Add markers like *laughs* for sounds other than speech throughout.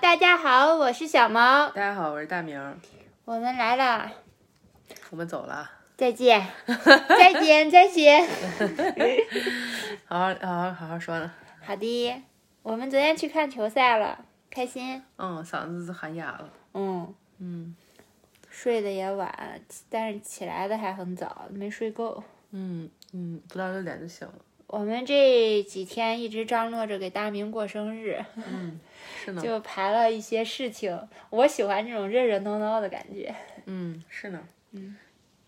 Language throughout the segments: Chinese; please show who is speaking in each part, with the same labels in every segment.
Speaker 1: 大家好，我是小毛，
Speaker 2: 大家好，我是大明儿，
Speaker 1: 我们来了，
Speaker 2: 我们走了， *laughs*
Speaker 1: 再见，再见，再见。
Speaker 2: 好好好好好好说了。
Speaker 1: 好的，我们昨天去看球赛了，开心。
Speaker 2: 嗯，嗓子都喊哑了。
Speaker 1: 嗯，
Speaker 2: 嗯
Speaker 1: 睡得也晚，但是起来的还很早，没睡够。
Speaker 2: 嗯嗯，不到六点就醒了。
Speaker 1: 我们这几天一直张罗着给大明过生日，
Speaker 2: 嗯，是呢。
Speaker 1: 就排了一些事情。我喜欢这种热热闹闹的感觉。
Speaker 2: 嗯，是呢。
Speaker 1: 嗯，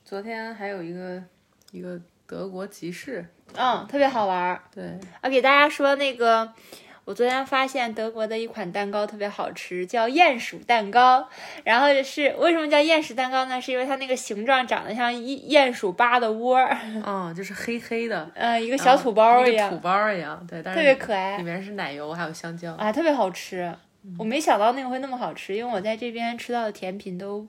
Speaker 2: 昨天还有一个一个德国集市，
Speaker 1: 嗯，特别好玩儿。
Speaker 2: 对，
Speaker 1: 我啊给大家说那个，我昨天发现德国的一款蛋糕特别好吃，叫鼹鼠蛋糕。然后是为什么叫鼹鼠蛋糕呢？是因为它那个形状长得像一鼹鼠扒的窝儿，
Speaker 2: 嗯，就是黑黑的，
Speaker 1: 呃，一个 *laughs* 小土包儿一
Speaker 2: 个
Speaker 1: 样，
Speaker 2: 土包儿啊一样，对，但是
Speaker 1: 特别可爱
Speaker 2: 里面是奶油还有香蕉。
Speaker 1: 啊，特别好吃。我没想到那个会那么好吃，因为我在这边吃到的甜品都，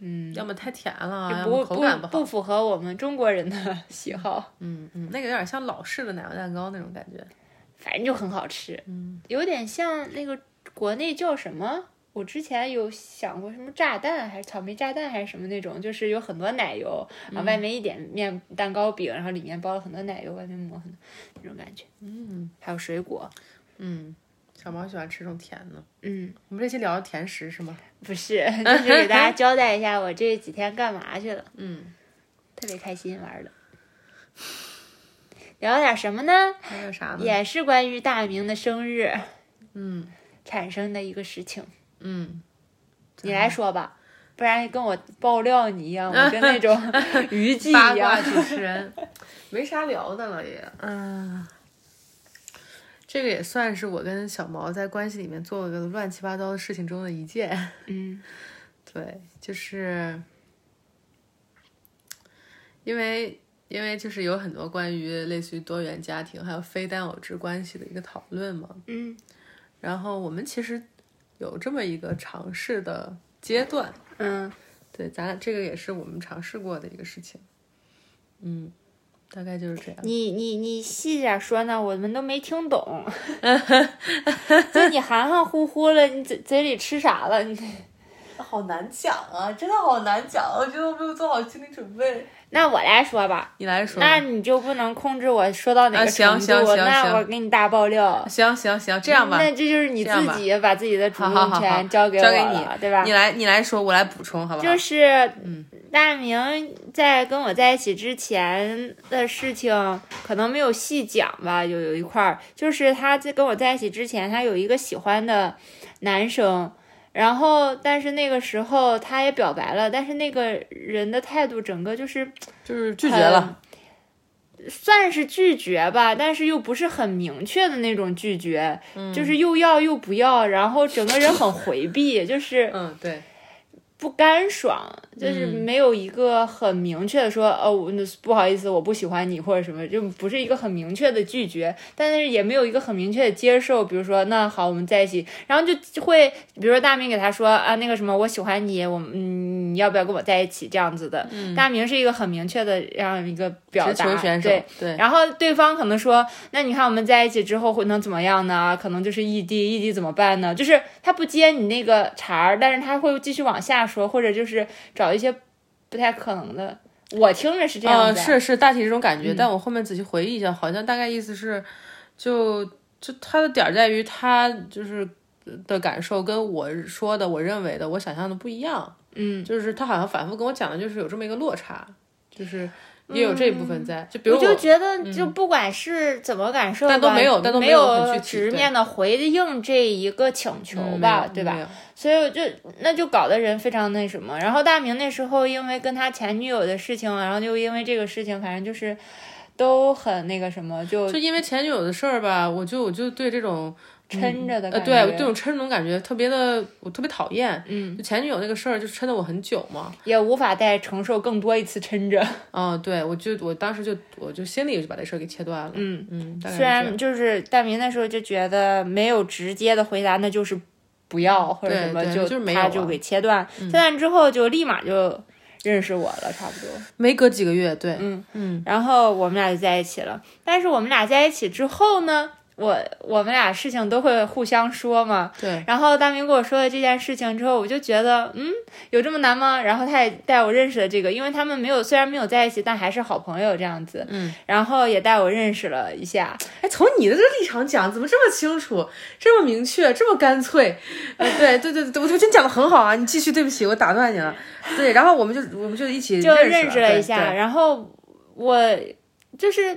Speaker 1: 嗯，
Speaker 2: 要么太甜了，啊要
Speaker 1: 不
Speaker 2: 么口感
Speaker 1: 不
Speaker 2: 好。
Speaker 1: 不符合我们中国人的 *laughs* 喜好，
Speaker 2: 嗯嗯，那个有点像老式的奶油蛋糕那种感觉。
Speaker 1: 反正就很好吃，
Speaker 2: 嗯
Speaker 1: 有点像那个国内叫什么？我之前有想过什么炸弹还是草莓炸弹还是什么那种，就是有很多奶油，然后外面一点面蛋糕饼，然后里面包了很多奶油，外面抹很多那种感觉，
Speaker 2: 嗯
Speaker 1: 还有水果。
Speaker 2: 嗯，小毛喜欢吃这种甜的。
Speaker 1: 嗯，
Speaker 2: 我们这期聊的甜食是吗？
Speaker 1: 不是， *laughs* 就是给大家交代一下我这几天干嘛去了，
Speaker 2: 嗯。
Speaker 1: 特别开心玩的。聊点什么呢？
Speaker 2: 还有啥呢？
Speaker 1: 也是关于大明的生日
Speaker 2: 嗯
Speaker 1: 产生的一个事情，
Speaker 2: 嗯，
Speaker 1: 你来说吧，不然跟我爆料你一样，我跟那种 *laughs* 娱记
Speaker 2: 八
Speaker 1: 一样
Speaker 2: 卦。主持 *laughs* 人，没啥聊的了也。嗯，这个也算是我跟小毛在关系里面做的乱七八糟的事情中的一件。 *laughs*
Speaker 1: 嗯
Speaker 2: 对，就是因为因为就是有很多关于类似于多元家庭还有非单偶制关系的一个讨论嘛。
Speaker 1: 嗯
Speaker 2: 然后我们其实有这么一个尝试的阶段。
Speaker 1: 嗯
Speaker 2: 对，咱俩这个也是我们尝试过的一个事情。嗯，大概就是这样。
Speaker 1: 你你你细点说呢，我们都没听 *laughs* 懂。就你含含糊糊了，你嘴嘴里吃啥了？你
Speaker 2: 好难讲啊，真的好难讲，我觉得我没有做好心理准备。
Speaker 1: 那我来说吧，
Speaker 2: 你来说吧。
Speaker 1: 那你就不能控制我说到哪
Speaker 2: 啊
Speaker 1: 个
Speaker 2: 行
Speaker 1: 程度，
Speaker 2: 行行
Speaker 1: 那
Speaker 2: 行
Speaker 1: 我给你大爆料。
Speaker 2: 行行行，这样吧，
Speaker 1: 那这就是你
Speaker 2: 这样
Speaker 1: 自
Speaker 2: 吧
Speaker 1: 己把自己的主
Speaker 2: 好好
Speaker 1: 动
Speaker 2: 好好
Speaker 1: 权交给我嗯
Speaker 2: 交给
Speaker 1: 了，对吧？
Speaker 2: 你来你来说，我来补充，好不好？
Speaker 1: 就是
Speaker 2: 嗯
Speaker 1: 大明在跟我在一起之前的事情，可能没有细讲吧。有有一块儿，就是他在跟我在一起之前，他有一个喜欢的男生，然后但是那个时候他也表白了，但是那个人的态度整个就是
Speaker 2: 就是拒
Speaker 1: 很。算是拒绝吧，但是又不是很明确的那种拒绝，
Speaker 2: 嗯
Speaker 1: 就是又要又不要，然后整个人很回避，就是
Speaker 2: 嗯，对，
Speaker 1: 不干爽，就是
Speaker 2: 嗯
Speaker 1: 没有一个很明确的说，哦，我不好意思，我不喜欢你或者什么，就不是一个很明确的拒绝，但是也没有一个很明确的接受。比如说，那好，我们在一起，然后就就会，比如说大明给他说啊，那个什么，我喜欢你，我们嗯你要不要跟我在一起这样子的。大明是一个很明确的这样一个表
Speaker 2: 嗯直
Speaker 1: 达，
Speaker 2: 球选手，
Speaker 1: 对
Speaker 2: 对，
Speaker 1: 然后对方可能说，那你看我们在一起之后会能怎么样呢？可能就是异地，异地怎么办呢？就是他不接你那个茬儿，但是他会继续往下说，或者就是找一些不太可能的。我听着是这样
Speaker 2: 嗯，
Speaker 1: 子，
Speaker 2: *laughs*
Speaker 1: 啊嗯
Speaker 2: 是是，大体这种感觉。但我后面仔细回忆一下，好像大概意思是，就就他的点儿在于他就是的感受跟我说的、我认为的、我想象的不一样。
Speaker 1: 嗯，
Speaker 2: 就是他好像反复跟我讲的，就是有这么一个落差，就是也有这一部分在。就
Speaker 1: 嗯
Speaker 2: 比
Speaker 1: 我
Speaker 2: 如
Speaker 1: 就
Speaker 2: 我，
Speaker 1: 觉得就不管是怎么感受吧，
Speaker 2: 但都没有但都
Speaker 1: 没
Speaker 2: 没有很具体
Speaker 1: 直面的回应这一个请求
Speaker 2: 嗯
Speaker 1: 吧，
Speaker 2: 没有
Speaker 1: 对吧
Speaker 2: 没？有
Speaker 1: 所以我就那就搞得人非常那什么。然后大明那时候因为跟他前女友的事情，然后就因为这个事情，反正就是都很那个什么，就
Speaker 2: 就因为前女友的事儿吧，我就我就对这种
Speaker 1: 抻着的
Speaker 2: 呃，
Speaker 1: 感
Speaker 2: 对
Speaker 1: 觉。
Speaker 2: 我这种抻这种感觉特别的，我特别讨厌。
Speaker 1: 嗯，
Speaker 2: 就前女友那个事儿，就抻了我很久嘛。
Speaker 1: 也无法再承受更多一次抻
Speaker 2: *laughs*
Speaker 1: 着。
Speaker 2: 嗯，对，我就我当时就我就心里就把这事儿给切断了。
Speaker 1: 嗯
Speaker 2: 嗯，大概是
Speaker 1: 虽
Speaker 2: 这样
Speaker 1: 然就是大明那时候就觉得没有直接的回答，那就是不要或者
Speaker 2: 对
Speaker 1: 什么，
Speaker 2: 对
Speaker 1: 就
Speaker 2: 就是没有
Speaker 1: 他
Speaker 2: 啊
Speaker 1: 就给切断。切断之后就立马就认识我了，差不多。
Speaker 2: 没隔几个月，对，
Speaker 1: 嗯
Speaker 2: 嗯
Speaker 1: 然后我们俩就在一起了。但是我们俩在一起之后呢，我我们俩事情都会互相说嘛。
Speaker 2: 对，
Speaker 1: 然后大明跟我说了这件事情之后，我就觉得，嗯，有这么难吗？然后他也带我认识了这个，因为他们没有虽然没有在一起，但还是好朋友这样子。
Speaker 2: 嗯，
Speaker 1: 然后也带我认识了一下。
Speaker 2: 哎，从你的这个立场讲，怎么这么清楚，这么明确，这么干脆？呃，对对对对，我觉得你讲的很好啊！你继续，对不起，我打断你了。对，然后我们就我们就一起
Speaker 1: 就
Speaker 2: 认
Speaker 1: 认识了一
Speaker 2: 对
Speaker 1: 下，
Speaker 2: 对
Speaker 1: 然后我就是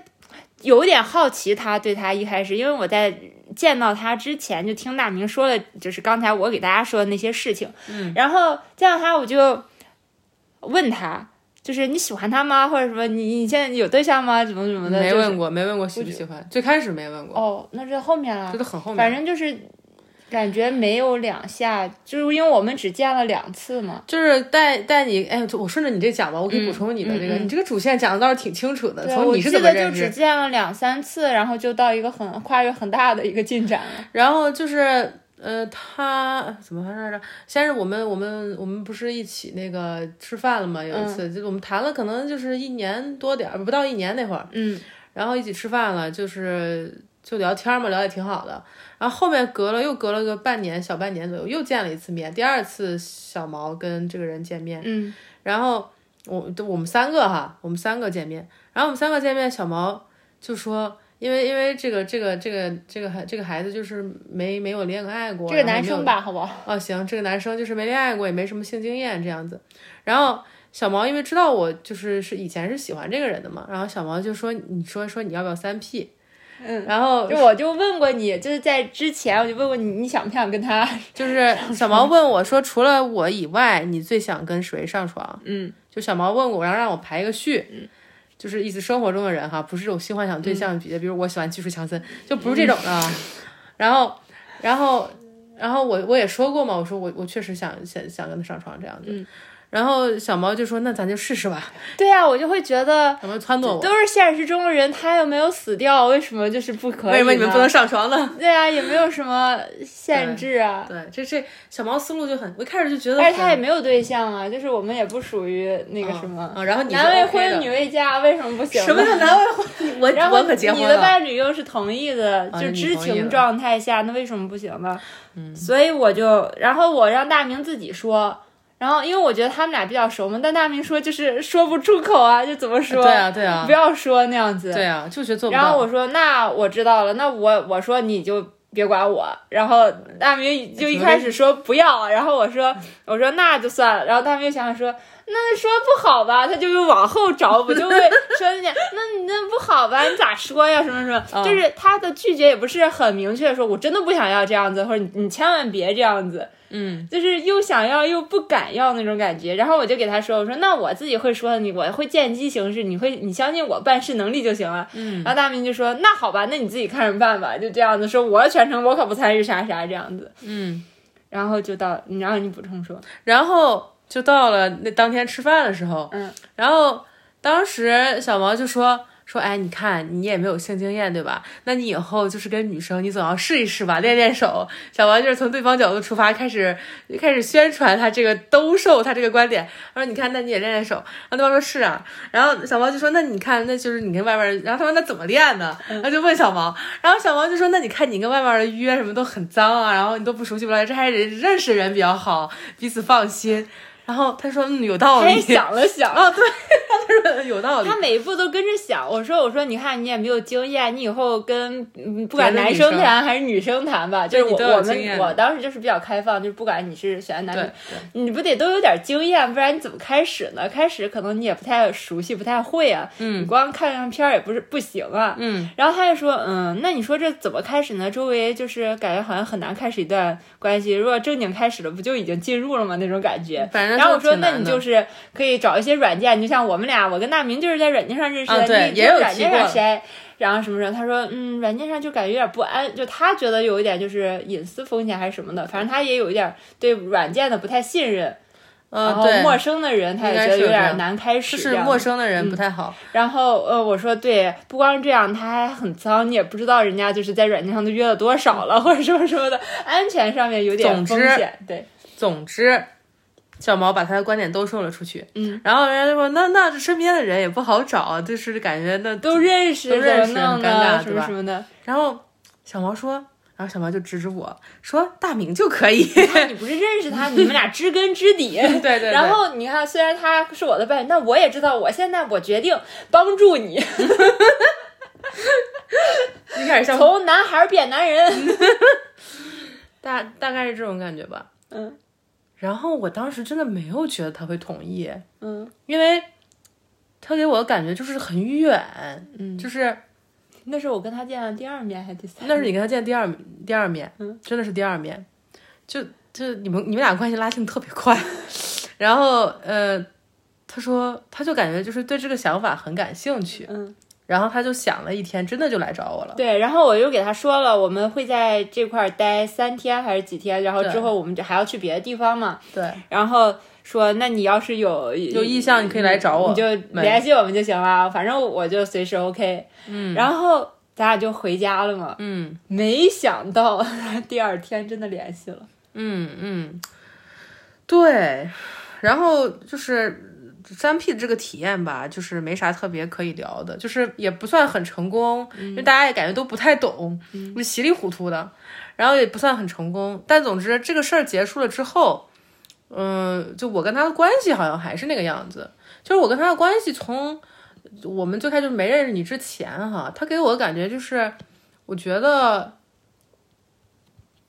Speaker 1: 有点好奇他对他一开始，因为我在见到他之前就听大明说了，就是刚才我给大家说的那些事情，
Speaker 2: 嗯，
Speaker 1: 然后见到他我就问他，就是你喜欢他吗，或者什么，你你现在有对象吗，怎么怎么的，
Speaker 2: 没
Speaker 1: 就是
Speaker 2: 问过，没问过喜不喜欢，最开始没问过，
Speaker 1: 哦，那是在后面了
Speaker 2: 这，都很后面。
Speaker 1: 反正就是感觉没有两下，就是因为我们只见了两次嘛，
Speaker 2: 就是带带你，哎，我顺着你这讲吧，我可以补充你的这个，
Speaker 1: 嗯嗯
Speaker 2: 你这个主线讲的倒是挺清楚的。
Speaker 1: 对，
Speaker 2: 从
Speaker 1: 我
Speaker 2: 你是
Speaker 1: 记
Speaker 2: 怎么
Speaker 1: 得就
Speaker 2: 认
Speaker 1: 只
Speaker 2: 识，
Speaker 1: 见了两三次，然后就到一个很跨越很大的一个进展了。
Speaker 2: 然后就是呃，他怎么回事来着？先是我们我们我们不是一起那个吃饭了吗？有一次、就我们谈了，可能就是一年多点儿，不到一年那会儿，
Speaker 1: 嗯，
Speaker 2: 然后一起吃饭了，就是就聊天嘛，聊得也挺好的。然后后面隔了又隔了个半年，小半年左右，又见了一次面。第二次小毛跟这个人见面，
Speaker 1: 嗯，
Speaker 2: 然后我就我们三个哈，我们三个见面，然后我们三个见面，小毛就说。因为因为这个这个这个这个孩这个孩子就是没没有恋爱过，
Speaker 1: 这个
Speaker 2: 然后也
Speaker 1: 男
Speaker 2: 没有
Speaker 1: 生吧，好不好？
Speaker 2: 哦，行，这个男生就是没恋爱过，也没什么性经验这样子。然后小毛因为知道我就是是以前是喜欢这个人的嘛，然后小毛就说：“你说说你要不要三 P？”
Speaker 1: 嗯，
Speaker 2: 然后
Speaker 1: 就我就问过你，就是在之前我就问过你，你想不想跟
Speaker 2: *laughs*
Speaker 1: 他？
Speaker 2: 就是小毛问我说：“除了我以外，你最想跟谁上床
Speaker 1: 嗯，？”
Speaker 2: 就小毛问我，然后让我排一个序。就是意思生活中的人哈，不是这种性幻想对象，比、比如我喜欢技术强森，就不是这种的啊。然后，然后，然后我我也说过嘛，我说我我确实想想想跟他上床这样子。
Speaker 1: 嗯
Speaker 2: 然后小毛就说：“那咱就试试吧。
Speaker 1: 对啊，我就会觉得”
Speaker 2: 小毛就撺掇我，
Speaker 1: 都是现实中的人，他又没有死掉，为什么就是不可以？
Speaker 2: *laughs* 为什么你们不能？上床呢？
Speaker 1: 对啊，也没有什么限制啊。
Speaker 2: 对，这这小毛思路就很，我一开始就觉得很，
Speaker 1: 但是他也没有对象啊，就是我们也不属于那个什么，
Speaker 2: 嗯嗯然后你是
Speaker 1: 男未
Speaker 2: OK 的
Speaker 1: 婚女未嫁，为什么不行呢？
Speaker 2: 什么叫男未婚？我
Speaker 1: 然后
Speaker 2: 我可结婚
Speaker 1: 你的
Speaker 2: 了。
Speaker 1: 伴侣又是同意的，
Speaker 2: 啊
Speaker 1: 就
Speaker 2: 那你
Speaker 1: 知
Speaker 2: 同意了嗯
Speaker 1: 情状态下，那为什么不行呢？所以我就，然后我让大明自己说，然后因为我觉得他们俩比较熟嘛，但大明说就是说不出口啊，就怎么说？
Speaker 2: 对啊，对啊
Speaker 1: 不，要说那样子。
Speaker 2: 对啊，就觉得做不
Speaker 1: 然后
Speaker 2: 到。
Speaker 1: 我说那我知道了，那我我说你就别管我。然后大
Speaker 2: 哎
Speaker 1: 明就一开始说不要，然后我说
Speaker 2: 嗯
Speaker 1: 我说那就算了。然后大明就想想说。那说不好吧，他就会往后找补，
Speaker 2: *laughs*
Speaker 1: 就会说你那你那不好吧，你咋说呀？什么什么，
Speaker 2: 嗯
Speaker 1: 就是他的拒绝也不是很明确，说我真的不想要这样子，或者你你千万别这样子，
Speaker 2: 嗯，
Speaker 1: 就是又想要又不敢要那种感觉。然后我就给他说，我说那我自己会说的，你我会见机行事，你会你相信我办事能力就行了。
Speaker 2: 嗯，
Speaker 1: 然后大明就说那好吧，那你自己看着办吧，就这样子说，我全程我可不参与啥啥这样子。
Speaker 2: 嗯，
Speaker 1: 然后就到你，然后你补充说，
Speaker 2: 然后就到了那当天吃饭的时候，
Speaker 1: 嗯，
Speaker 2: 然后当时小毛就说。说，哎，你看，你也没有性经验，对吧？那你以后就是跟女生，你总要试一试吧，练练手。小毛就是从对方角度出发，开始开始宣传他这个兜售他这个观点。他说，你看，那你也练练手。然后对方说，是啊。然后小毛就说，那你看，那就是你跟外面人。然后他说，那怎么练呢？然后就问小毛。然后小毛就说，那你看你跟外面人约什么都很脏啊，然后你都不熟悉不来，这还是认识人比较好，彼此放心。然后他说，嗯，有道
Speaker 1: 他也
Speaker 2: 理。
Speaker 1: 想了想，
Speaker 2: 哦，对， *laughs* 他说有道理
Speaker 1: 他。每一步都跟着想。我说，我说，你看你也没有经验，你以后跟嗯不管
Speaker 2: 别的
Speaker 1: 男
Speaker 2: 女
Speaker 1: 生
Speaker 2: 生
Speaker 1: 谈还是女生谈吧，就
Speaker 2: 对
Speaker 1: 是我
Speaker 2: 你都有
Speaker 1: 我
Speaker 2: 经
Speaker 1: 们
Speaker 2: 验
Speaker 1: 我当时就是比较开放，就是不管你是选男
Speaker 2: 对
Speaker 1: 女，，你不得都有点经验，不然你怎么开始呢？开始可能你也不太熟悉，不太会啊，你
Speaker 2: 嗯
Speaker 1: 光看看片儿也不是不行啊。
Speaker 2: 嗯，
Speaker 1: 然后他就说，嗯，那你说这怎么开始呢？周围就是感觉好像很难开始一段关系，如果正经开始了，不就已经进入了吗？那种感觉。
Speaker 2: 反正
Speaker 1: 然后我
Speaker 2: 就
Speaker 1: 说，
Speaker 2: 挺
Speaker 1: 那
Speaker 2: 难
Speaker 1: 你
Speaker 2: 的
Speaker 1: 就是可以找一些软件，就像我们俩，我跟大明就是在软件上认识的，
Speaker 2: 啊对
Speaker 1: 你
Speaker 2: 也有
Speaker 1: 软
Speaker 2: 提
Speaker 1: 件
Speaker 2: 过
Speaker 1: 上
Speaker 2: 了
Speaker 1: 筛，然后什么什么，他说，嗯，软件上就感觉有点不安，就他觉得有一点就是隐私风险还是什么的，反正他也有一点对软件的不太信任，然
Speaker 2: 嗯，
Speaker 1: 后
Speaker 2: 对，
Speaker 1: 陌生的人他也
Speaker 2: 应该
Speaker 1: 觉得
Speaker 2: 是
Speaker 1: 有
Speaker 2: 有这
Speaker 1: 点
Speaker 2: 样
Speaker 1: 难开始，
Speaker 2: 就
Speaker 1: 这
Speaker 2: 是
Speaker 1: 样
Speaker 2: 陌
Speaker 1: 子
Speaker 2: 生的嗯人不太好。
Speaker 1: 然后呃，我说对，不光是这样，他还很脏，你也不知道人家就是在软件上都约了多少了，或者什么什么的，安全上面有点
Speaker 2: 总
Speaker 1: 风
Speaker 2: 之
Speaker 1: 险。对，
Speaker 2: 总之，小毛把他的观点兜售了出去。
Speaker 1: 嗯，
Speaker 2: 然后人家就说，那那身边的人也不好找，就是感觉那
Speaker 1: 都认识
Speaker 2: 都认
Speaker 1: 怎
Speaker 2: 识
Speaker 1: 么弄
Speaker 2: 很尴
Speaker 1: 啊，
Speaker 2: 尬
Speaker 1: 什
Speaker 2: 对
Speaker 1: 么
Speaker 2: 吧
Speaker 1: 什么的。
Speaker 2: 然后。小毛说，然后小毛就指指我说大明就可以。
Speaker 1: 看哦你不是认识他，你们俩知根知底。 *laughs* 对
Speaker 2: 对 *laughs* 对
Speaker 1: 然后你看，虽然他是我的伴侣，但我也知道，我现在我决定帮助 *laughs* 你，
Speaker 2: 一开始像
Speaker 1: 从男孩变男 *laughs* 人。
Speaker 2: 大大概是这种感觉吧。
Speaker 1: 嗯
Speaker 2: 然后我当时真的没有觉得他会同意，
Speaker 1: 嗯，
Speaker 2: 因为他给我的感觉就是很远，
Speaker 1: 嗯
Speaker 2: 就是
Speaker 1: 那是我跟他见的第二面还是第三面？
Speaker 2: 那是你跟他见第二第二面，
Speaker 1: 嗯
Speaker 2: 真的是第二面，就就你们你们俩关系拉近特别快， *laughs* 然后呃，他说他就感觉就是对这个想法很感兴趣，
Speaker 1: 嗯，
Speaker 2: 然后他就想了一天，真的就来找我了，
Speaker 1: 对，然后我又给他说了，我们会在这块儿待三天还是几天，然后之后我们就还要去别的地方嘛。
Speaker 2: 对，
Speaker 1: 然后说，那你要是有有
Speaker 2: 有意向你可以来找我，
Speaker 1: 你就
Speaker 2: 没
Speaker 1: 联系我们就行了，反正我就随时 OK。嗯，然后咱俩就回家了嘛。
Speaker 2: 嗯
Speaker 1: 没想到第二天真的联系了。
Speaker 2: 嗯嗯，对，然后就是。三 P 这个体验吧，就是没啥特别可以聊的，就是也不算很成功，因为大家也感觉都不太懂，就稀里糊涂的，然后也不算很成功。但总之这个事儿结束了之后，嗯、就我跟他的关系好像还是那个样子，就是我跟他的关系从我们最开始没认识你之前哈，他给我的感觉就是，我觉得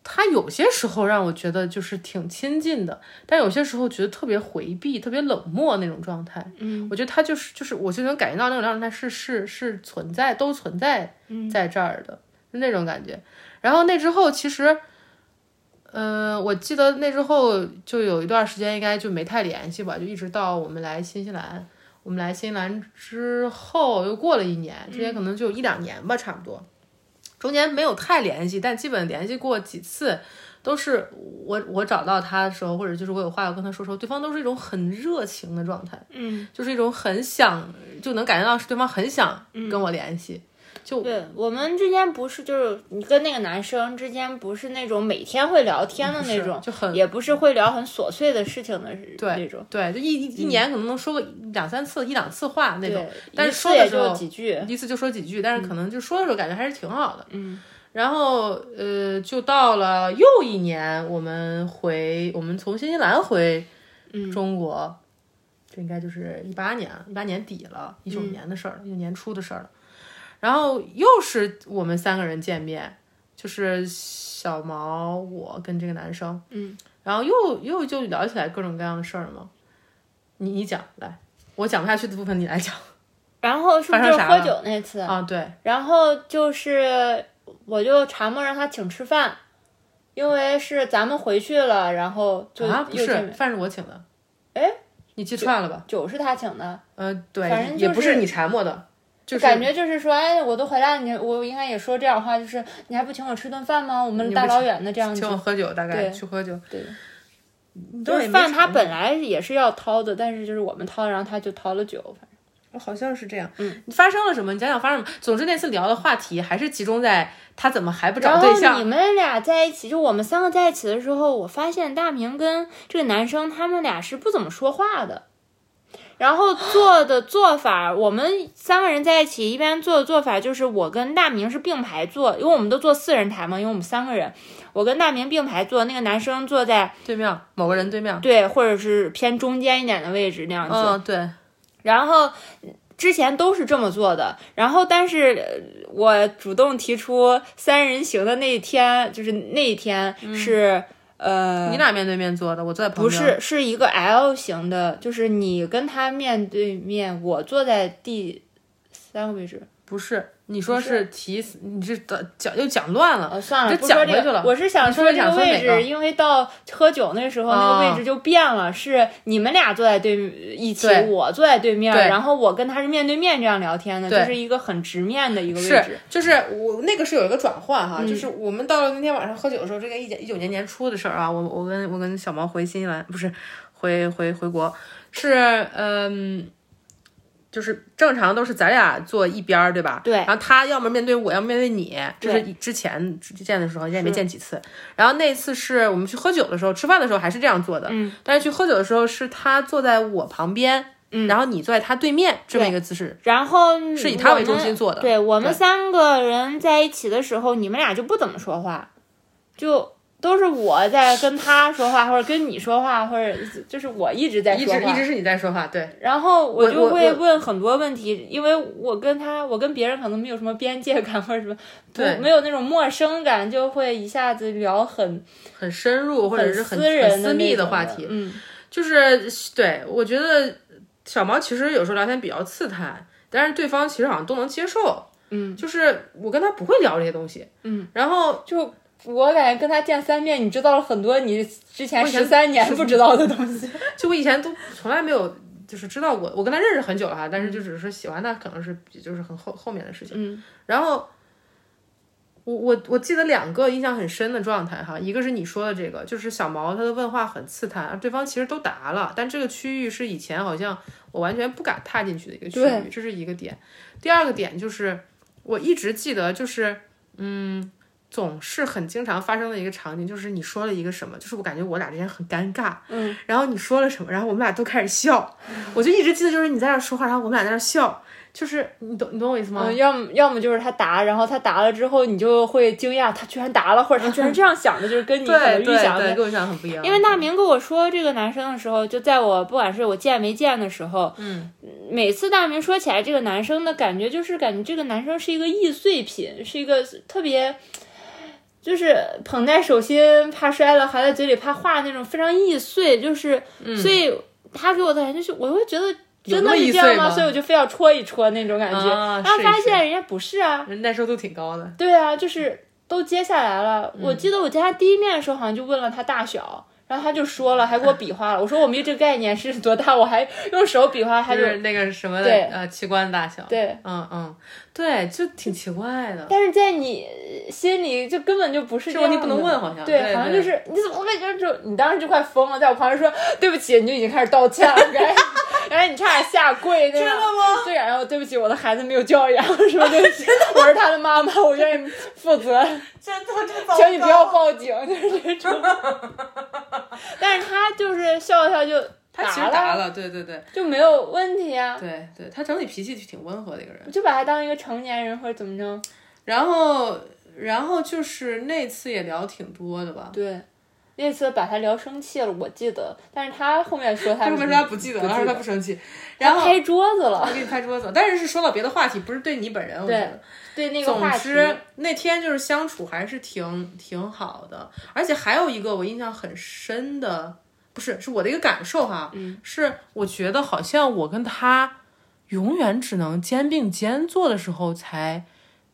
Speaker 2: 他有些时候让我觉得就是挺亲近的，但有些时候觉得特别回避、特别冷漠那种状态。嗯，我觉得他就是就是，我就能感觉到那种状态是是是存在，都存在在这儿的，就那种感觉。然后那之后其实，嗯、我记得那之后就有一段时间应该就没太联系吧，就一直到我们来新西兰。我们来新西兰之后，又过了一年，之间可能就有一两年吧，差不多。中间没有太联系，但基本联系过几次，都是我我找到他的时候，或者就是我有话要跟他说说，对方都是一种很热情的状态，
Speaker 1: 嗯，
Speaker 2: 就是一种很想就能感觉到是对方很想跟我联系，就
Speaker 1: 对我们之间不是就是你跟那个男生之间不是那种每天会聊天的那种，
Speaker 2: 就很
Speaker 1: 也不是会聊很琐碎的事情的
Speaker 2: 对
Speaker 1: 那种。
Speaker 2: 对，就一一一年可能能说个两三次、一两次话那种
Speaker 1: 对，，
Speaker 2: 但
Speaker 1: 一
Speaker 2: 是
Speaker 1: 次
Speaker 2: 说的
Speaker 1: 也
Speaker 2: 时候
Speaker 1: 就几句。
Speaker 2: 一次就说几句，但是可能就说的时候感觉还是挺好的。
Speaker 1: 嗯，
Speaker 2: 然后呃，就到了又一年，我们回我们从新西兰回
Speaker 1: 嗯
Speaker 2: 中国，这应该就是一八年，一八年底了，一九
Speaker 1: 嗯
Speaker 2: 年的事儿了，一九年初的事儿了。然后又是我们三个人见面，就是小毛、我跟这个男生，
Speaker 1: 嗯，
Speaker 2: 然后又又就聊起来各种各样的事儿嘛。你你讲来，我讲不下去的部分你来讲
Speaker 1: 然后是不
Speaker 2: 发
Speaker 1: 是
Speaker 2: 生
Speaker 1: 就是
Speaker 2: 啥
Speaker 1: 喝
Speaker 2: 了
Speaker 1: 酒那次？
Speaker 2: 啊。对，
Speaker 1: 然后就是我就查默让他请吃饭，因为是咱们回去了，然后就
Speaker 2: 啊，不
Speaker 1: 又见
Speaker 2: 是，
Speaker 1: 面
Speaker 2: 饭是我请的。
Speaker 1: 哎，
Speaker 2: 你记串了吧？
Speaker 1: 酒是他请的，
Speaker 2: 呃，对，
Speaker 1: 反正
Speaker 2: 也
Speaker 1: 就
Speaker 2: 不
Speaker 1: 是
Speaker 2: 你缠磨的，就是
Speaker 1: 感觉就是说，哎，我都回来了，你我应该也说这样的话，就是你还不请我吃顿饭吗？我们大老远的这样
Speaker 2: 请
Speaker 1: 子，
Speaker 2: 我喝酒，大概
Speaker 1: 对
Speaker 2: 去喝酒。
Speaker 1: 对，
Speaker 2: 你
Speaker 1: 就
Speaker 2: 倒也
Speaker 1: 是
Speaker 2: 没
Speaker 1: 饭他
Speaker 2: 缠
Speaker 1: 本来也是要掏的，但是就是我们掏，然后他就掏了酒，反正
Speaker 2: 我好像是这样。嗯，你发生了什么？你讲讲发生了什么？总之那次聊的话题还是集中在他怎么还不找
Speaker 1: 然
Speaker 2: 对
Speaker 1: 后哦你
Speaker 2: 象。
Speaker 1: 们俩在一起，就我们三个在一起的时候，我发现大明跟这个男生他们俩是不怎么说话的。然后做的做法，我们三个人在一起一般做的做法就是我跟大明是并排坐，因为我们都坐四人台嘛，因为我们三个人，我跟大明并排坐，那个男生坐在
Speaker 2: 对面某个人对面。
Speaker 1: 对或者是偏中间一点的位置那样子。
Speaker 2: 嗯，对，
Speaker 1: 然后之前都是这么做的，然后但是呃我主动提出三人行的那一天，就是那一天是、呃，
Speaker 2: 嗯你俩面对面坐的，我坐在旁边。
Speaker 1: 不是是一个 L 型的，就是你跟他面对面，我坐在第三个位置。
Speaker 2: 不是，你说是提死，你这讲又讲乱了。
Speaker 1: 呃，算了，
Speaker 2: 这
Speaker 1: 不说
Speaker 2: 讲回
Speaker 1: 这
Speaker 2: 去
Speaker 1: 个
Speaker 2: 了，
Speaker 1: 我是想
Speaker 2: 你说
Speaker 1: 这个
Speaker 2: 想说
Speaker 1: 位
Speaker 2: 哪个
Speaker 1: 置，因为到喝酒那时候那个
Speaker 2: 哦
Speaker 1: 位置就变了，是你们俩坐在对一起，
Speaker 2: 对
Speaker 1: 我坐在对面，
Speaker 2: 对
Speaker 1: 然后我跟他是面对面这样聊天的，
Speaker 2: 对
Speaker 1: 就是一个很直面的一个位置。
Speaker 2: 是，就是我那个是有一个转换哈，就是我们到了那天晚上喝酒的时候，这个一九一九年年初的事儿啊，我我跟我跟小毛回新西兰，不是回回回国，是嗯。就是正常都是咱俩坐一边儿，对吧？
Speaker 1: 对
Speaker 2: 然后他要么面对我，要么面对你。这是之前见的时候，也没见几次。然后那次是我们去喝酒的时候，吃饭的时候还是这样做的。嗯。但是去喝酒的时候，是他坐在我旁边，然后你坐在他对面这么一个姿势，
Speaker 1: 然后
Speaker 2: 是以他
Speaker 1: 我
Speaker 2: 为
Speaker 1: 们
Speaker 2: 中心做的
Speaker 1: 对我们
Speaker 2: 对
Speaker 1: 三个人在一起的时候，你们俩就不怎么说话，就都是我在跟他说话，或者跟你说话，或者就是我一直在
Speaker 2: 一
Speaker 1: 说
Speaker 2: 直
Speaker 1: 话。
Speaker 2: 一直是你在说话，对，
Speaker 1: 然后我就
Speaker 2: 我
Speaker 1: 会
Speaker 2: 我
Speaker 1: 问很多问题，因为我跟他，我跟别人可能没有什么边界感或者什么，不
Speaker 2: 对
Speaker 1: 没有那种陌生感，就会一下子聊很
Speaker 2: 很深入或者是很
Speaker 1: 私人
Speaker 2: 很私密
Speaker 1: 的那种
Speaker 2: 话题，
Speaker 1: 嗯，
Speaker 2: 就是对我觉得小毛其实有时候聊天比较刺探，但是对方其实好像都能接受，
Speaker 1: 嗯，
Speaker 2: 就是我跟他不会聊这些东西，嗯，然后
Speaker 1: 就我感觉跟他见三面，你知道了很多你之前
Speaker 2: 我以前
Speaker 1: 十三年不知道的东
Speaker 2: *laughs*
Speaker 1: 西。
Speaker 2: 就我以前都从来没有就是知道过，我跟他认识很久了哈，但是就只是喜欢他，可能是比就是很后后面的事情。
Speaker 1: 嗯，
Speaker 2: 然后我我我记得两个印象很深的状态哈，一个是你说的这个，就是小毛他的问话很刺探，啊对方其实都答了，但这个区域是以前好像我完全不敢踏进去的一个区域，
Speaker 1: 对
Speaker 2: 这是一个点。第二个点就是我一直记得就是嗯。总是很经常发生的一个场景，就是你说了一个什么，就是我感觉我俩之间很尴尬，
Speaker 1: 嗯，
Speaker 2: 然后你说了什么，然后我们俩都开始笑，我就一直记得就是你在那儿说话，然后我们俩在那儿笑，就是你懂你懂我意思吗？
Speaker 1: 嗯，要么要么就是他答，然后他答了之后，你就会惊讶他居然答了，或者他居
Speaker 2: *laughs*
Speaker 1: 然这样想的，就是跟你可能
Speaker 2: 对
Speaker 1: 预想
Speaker 2: 对
Speaker 1: 的
Speaker 2: 对，跟我想的很不一样。
Speaker 1: 因为大明跟我说这个男生的时候，就在我不管是我见没见的时候，
Speaker 2: 嗯，
Speaker 1: 每次大明说起来这个男生的感觉，就是感觉这个男生是一个易碎品，是一个特别。就是捧在手心怕摔了，含在嘴里怕化那种非常易碎，就是，所以他给我的感觉就是，我会觉得
Speaker 2: 嗯有
Speaker 1: 真
Speaker 2: 那
Speaker 1: 的
Speaker 2: 么
Speaker 1: 是
Speaker 2: 易
Speaker 1: 这样
Speaker 2: 碎吗
Speaker 1: 所以我就非要戳一戳那种感觉。
Speaker 2: 啊
Speaker 1: 然后
Speaker 2: 是
Speaker 1: 发
Speaker 2: 是
Speaker 1: 现人家不是啊，
Speaker 2: 人耐受度挺高的，
Speaker 1: 对啊，就是都接下来了。我记得我见他第一面的时候，好像就问了他大小，然后他就说了，还给我比划了。我说我没这个概念是多大，我还用手比划，他
Speaker 2: 就
Speaker 1: 就是
Speaker 2: 那个什么的
Speaker 1: 对
Speaker 2: 呃器官大小。，
Speaker 1: 对。
Speaker 2: 嗯嗯，对，就挺奇怪的。
Speaker 1: 但是在你心里，就根本就不是
Speaker 2: 这
Speaker 1: 样
Speaker 2: 问
Speaker 1: 的
Speaker 2: 题不能问，。好像
Speaker 1: 对，
Speaker 2: 对，
Speaker 1: 好像就是你怎么会就是这种你当时就快疯了，在我旁边说对不起，你就已经开始道歉了，然后然后你差点下跪，真的吗？对，然后对不起，我的孩子没有教养，什么对不起，我是他的妈妈，我愿意负责。
Speaker 2: 真的真
Speaker 1: *laughs*
Speaker 2: 糟
Speaker 1: 请你不要报警，就是这种。 *laughs* 但是他就是笑笑就
Speaker 2: 他其实
Speaker 1: 了，
Speaker 2: 答了，对对对
Speaker 1: 就没有问题啊。
Speaker 2: 对对，他整体脾气挺温和的一个人。
Speaker 1: 我就把他当一个成年人或者怎么着。
Speaker 2: 然后然后就是那次也聊挺多的吧，
Speaker 1: 对，那次把他聊生气了，我记得，但是他后面说他
Speaker 2: 他说他不记得了，他说他不生气，然后
Speaker 1: 拍桌子了
Speaker 2: 我。给你拍桌子，但是是说到别的话题，不是对你本人。我觉
Speaker 1: 对
Speaker 2: 得，
Speaker 1: 对那个
Speaker 2: 总
Speaker 1: 话题，
Speaker 2: 之那天就是相处还是挺挺好的，而且还有一个我印象很深的，不是是我的一个感受哈，
Speaker 1: 嗯
Speaker 2: 是我觉得好像我跟他永远只能肩并肩坐的时候才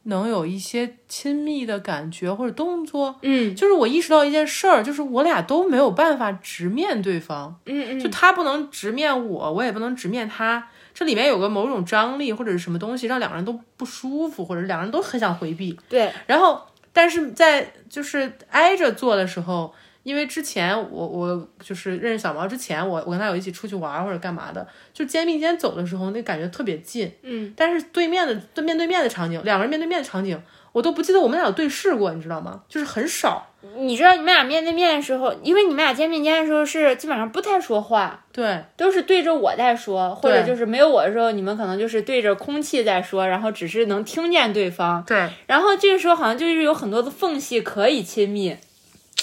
Speaker 2: 能有一些亲密的感觉或者动作。
Speaker 1: 嗯
Speaker 2: 就是我意识到一件事儿，就是我俩都没有办法直面对方。
Speaker 1: 嗯嗯，
Speaker 2: 就他不能直面我，我也不能直面他。这里面有个某种张力或者是什么东西，让两个人都不舒服，或者两个人都很想回避。
Speaker 1: 嗯对，
Speaker 2: 然后，但是在就是挨着坐的时候，因为之前我我就是认识小毛之前，我我跟他有一起出去玩或者干嘛的，就肩并肩走的时候，那感觉特别近。
Speaker 1: 嗯，
Speaker 2: 但是对面的对面对面的场景，两个人面对面的场景，我都不记得我们俩有对视过，你知道吗？就是很少。
Speaker 1: 你知道你们俩面对面的时候，因为你们俩肩并肩的时候是基本上不太说话，
Speaker 2: 对
Speaker 1: 都是对着我在说，或者
Speaker 2: 对
Speaker 1: 就是没有我的时候，你们可能就是对着空气在说，然后只是能听见对方。
Speaker 2: 对，
Speaker 1: 然后这个时候好像就是有很多的缝隙可以亲密。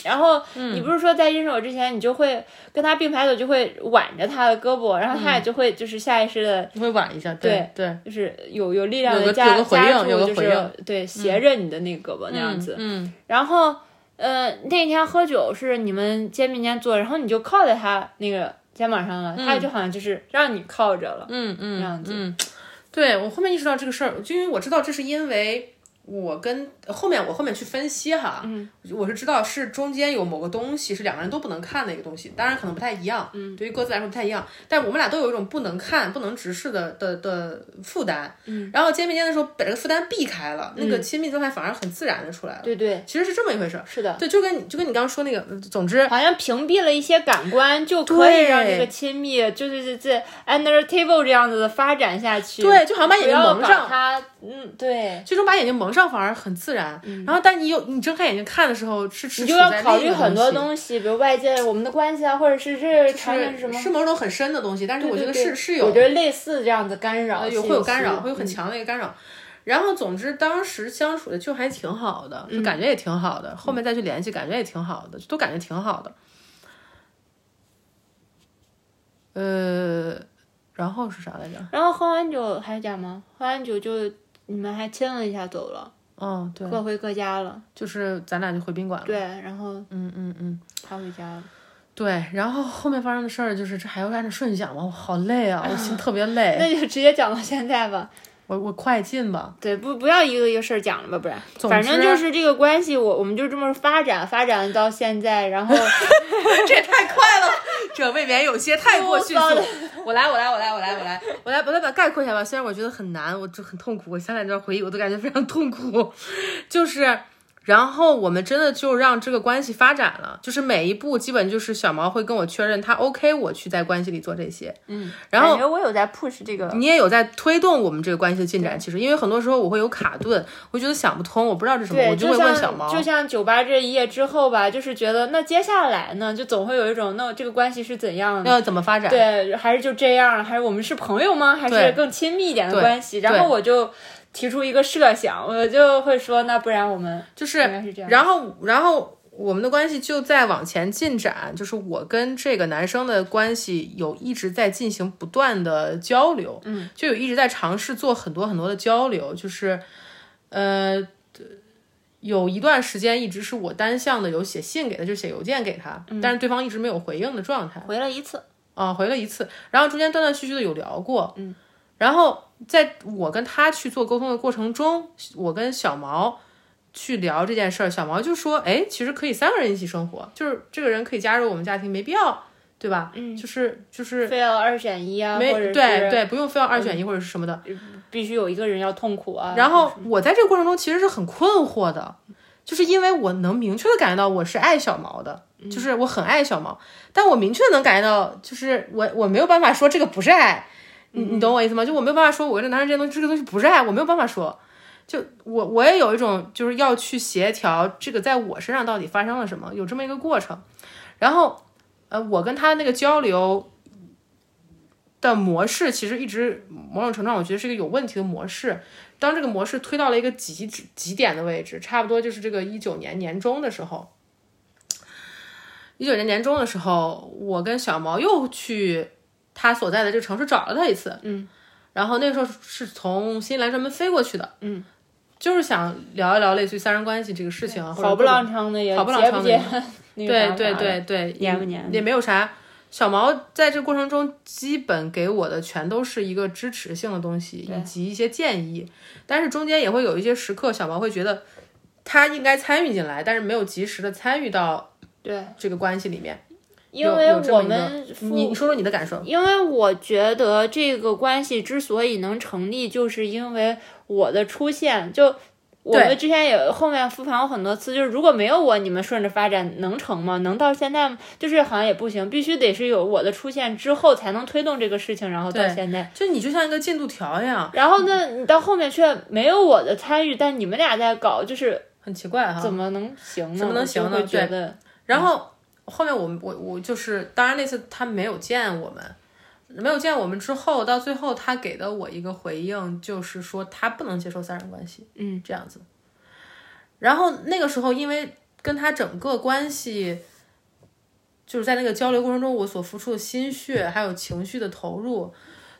Speaker 1: 然后
Speaker 2: 嗯
Speaker 1: 你不是说在认识我之前，你就会跟他并排走，就会挽着他的胳膊，然后
Speaker 2: 嗯
Speaker 1: 他也就会就是下意识的，
Speaker 2: 会挽一下。对对，
Speaker 1: 就是有有力量
Speaker 2: 有个
Speaker 1: 的加
Speaker 2: 有个回应
Speaker 1: 加住，
Speaker 2: 有个
Speaker 1: 就
Speaker 2: 回
Speaker 1: 是
Speaker 2: 应
Speaker 1: 对斜着你的那个胳膊那样子。
Speaker 2: 嗯。嗯
Speaker 1: 然后呃那天喝酒是你们肩并肩坐，然后你就靠在他那个肩膀上了，他就好像就是让你靠着了。
Speaker 2: 嗯嗯，
Speaker 1: 这样子
Speaker 2: 嗯，对我后面意识到这个事儿，就因为我知道这是因为我跟后面我后面去分析哈，嗯，我是知道是中间有某个东西是两个人都不能看的一个东西，当然可能不太一样，嗯，对于各自来说不太一样，但我们俩都有一种不能看、不能直视的的的负担，嗯，然后肩并肩的时候把这个负担避开了，那个亲密状态反而很自然的出来了，
Speaker 1: 对对，
Speaker 2: 其实是这么一回事儿，
Speaker 1: 是的，
Speaker 2: 对，就跟你就跟你刚刚说那个，嗯总之
Speaker 1: 好像屏蔽了一些感官，就可以
Speaker 2: 对
Speaker 1: 让这个亲密就是这这 under table 这样子的发展下去。
Speaker 2: 对，就好像把眼
Speaker 1: 不
Speaker 2: 睛
Speaker 1: 要
Speaker 2: 蒙
Speaker 1: 把
Speaker 2: 上，
Speaker 1: 它，嗯，对，
Speaker 2: 最终把眼睛蒙上反而很自然。然后，但你有你睁开眼睛看的时候，是
Speaker 1: 嗯
Speaker 2: 是
Speaker 1: 你就要
Speaker 2: 处在
Speaker 1: 考
Speaker 2: 另
Speaker 1: 虑
Speaker 2: 一个
Speaker 1: 很多
Speaker 2: 东西
Speaker 1: 东西，比如外界我们的关系啊，或者是这场景是什么。
Speaker 2: 是某种很深的东西，但是我觉得
Speaker 1: 对
Speaker 2: 是
Speaker 1: 对
Speaker 2: 是
Speaker 1: 我
Speaker 2: 有呃
Speaker 1: 觉得嗯类似这样的干扰
Speaker 2: 有
Speaker 1: 信
Speaker 2: 会有
Speaker 1: 息
Speaker 2: 干扰，会有很强的一个干扰。然后，总之当时相处的就还挺好的，
Speaker 1: 嗯
Speaker 2: 就感觉也挺好的。后面再去联系，感觉也挺好的，就都感觉挺好的。呃，然后是啥来着？
Speaker 1: 然后喝完酒还假吗？喝完酒就你们还亲了一下走了，
Speaker 2: 哦，对，
Speaker 1: 各回各家了。
Speaker 2: 就是咱俩就回宾馆了。
Speaker 1: 对，然后
Speaker 2: 嗯嗯嗯，
Speaker 1: 他回家了。
Speaker 2: 对。然后后面发生的事儿就是，这还要按照顺序讲吗？我好累啊，我心 *laughs* 特别累。
Speaker 1: 那就直接讲到现在吧。
Speaker 2: 我我快进吧。
Speaker 1: 对，不不要一个一个事儿讲了吧，不然
Speaker 2: 总
Speaker 1: 反正
Speaker 2: 之
Speaker 1: 就是这个关系，我我们就这么发展，发展到现在，然后
Speaker 2: 这也太快了，这未免有些太 *laughs*
Speaker 1: *laughs*
Speaker 2: 过迅速
Speaker 1: 我操。
Speaker 2: 我来，我来，我来，我来，我来，我来，我来把它概括一下吧。虽然我觉得很难，我就很痛苦，我想起来这段回忆，我都感觉非常痛苦。 *laughs* 就是，然后我们真的就让这个关系发展了，就是每一步基本就是小毛会跟我确认他 OK，我去在关系里做这些。嗯，然后
Speaker 1: 感觉我有在 push 这个，
Speaker 2: 你也有在推动我们这个关系的进展。其实，因为很多时候我会有卡顿，我觉得想不通，我不知道这是什么，
Speaker 1: 对，
Speaker 2: 我
Speaker 1: 就
Speaker 2: 会问
Speaker 1: 像
Speaker 2: 小毛。
Speaker 1: 就像酒吧这一夜之后吧，就是觉得那接下来呢，就总会有一种那这个关系是怎样的。
Speaker 2: 要怎么发展？
Speaker 1: 对，还是就这样，还是我们是朋友吗？还是
Speaker 2: 对
Speaker 1: 更亲密一点的
Speaker 2: 对
Speaker 1: 关系？然后
Speaker 2: 对
Speaker 1: 我就提出一个设想，我就会说，那不然我们
Speaker 2: 就是
Speaker 1: 应该是这样
Speaker 2: 然后，然后我们的关系就在往前进展，就是我跟这个男生的关系有一直在进行不断的交流，嗯，就有一直在尝试做很多很多的交流，就是，呃。有一段时间一直是我单向的，有写信给他，就是写邮件给他，
Speaker 1: 嗯
Speaker 2: 但是对方一直没有回应的状态。
Speaker 1: 回了一次，
Speaker 2: 啊，回了一次，然后中间断断续续的有聊过，嗯，然后在我跟他去做沟通的过程中，我跟小毛去聊这件事儿，小毛就说，哎，其实可以三个人一起生活，就是这个人可以加入我们家庭，没必要，对吧？嗯，就是就是
Speaker 1: 非要二选一啊，
Speaker 2: 没
Speaker 1: 或者是嗯
Speaker 2: 对对，不用非要二选一或者是什么的，
Speaker 1: 必须有一个人要痛苦啊。
Speaker 2: 然后我在这个过程中其实是很困惑的，就是因为我能明确的感觉到我是爱小毛的，就是我很爱小毛，但我明确地能感觉到，就是我我没有办法说这个不是爱，你你懂我意思吗？就我没有办法说我跟这男人之间东西这个东西不是爱，我没有办法说。就我我也有一种就是要去协调这个在我身上到底发生了什么，有这么一个过程。然后，呃，我跟他那个交流的模式，其实一直某种程度上我觉得是一个有问题的模式。当这个模式推到了一个极值极点的位置，差不多就是这个一九年年中的时候，一九年年中的时候，我跟小毛又去他所在的这个城市找了他一次，嗯，然后那个时候是从新西兰专门飞过去的，嗯，就是想聊一聊类似于三人关系这个事情啊，或者
Speaker 1: 好不浪昌的也
Speaker 2: 好不浪
Speaker 1: 结
Speaker 2: 昌的
Speaker 1: 结 *laughs* 那个
Speaker 2: 对
Speaker 1: 啥
Speaker 2: 对
Speaker 1: 啥
Speaker 2: 对对，
Speaker 1: 黏不黏
Speaker 2: 也没有啥。小毛在这过程中，基本给我的全都是一个支持性的东西，以及一些建议。但是中间也会有一些时刻，小毛会觉得他应该参与进来，但是没有及时的参与到
Speaker 1: 对，
Speaker 2: 这个关系里面。
Speaker 1: 因
Speaker 2: 有
Speaker 1: 为
Speaker 2: 有这么
Speaker 1: 我
Speaker 2: 一个
Speaker 1: 们父
Speaker 2: 你你说说你的感受。
Speaker 1: 因为我觉得这个关系之所以能成立，就是因为我的出现。就我们之前也后面复盘过很多次，就是如果没有我，你们顺着发展能成吗？能到现在吗就是好像也不行，必须得是有我的出现之后才能推动这个事情，然后到
Speaker 2: 对
Speaker 1: 现在。
Speaker 2: 就你就像一个进度条一样，
Speaker 1: 然后呢，你到后面却没有我的参与，但你们俩在搞，就是
Speaker 2: 很奇怪哈。
Speaker 1: 怎么能行呢？
Speaker 2: 怎么能行呢
Speaker 1: 我就会觉得
Speaker 2: 然后后面我们我我就是，当然那次他没有见我们，没有见我们之后，到最后他给的我一个回应，就是说他不能接受三人关系，嗯，这样子。然后那个时候，因为跟他整个关系，就是在那个交流过程中，我所付出的心血还有情绪的投入。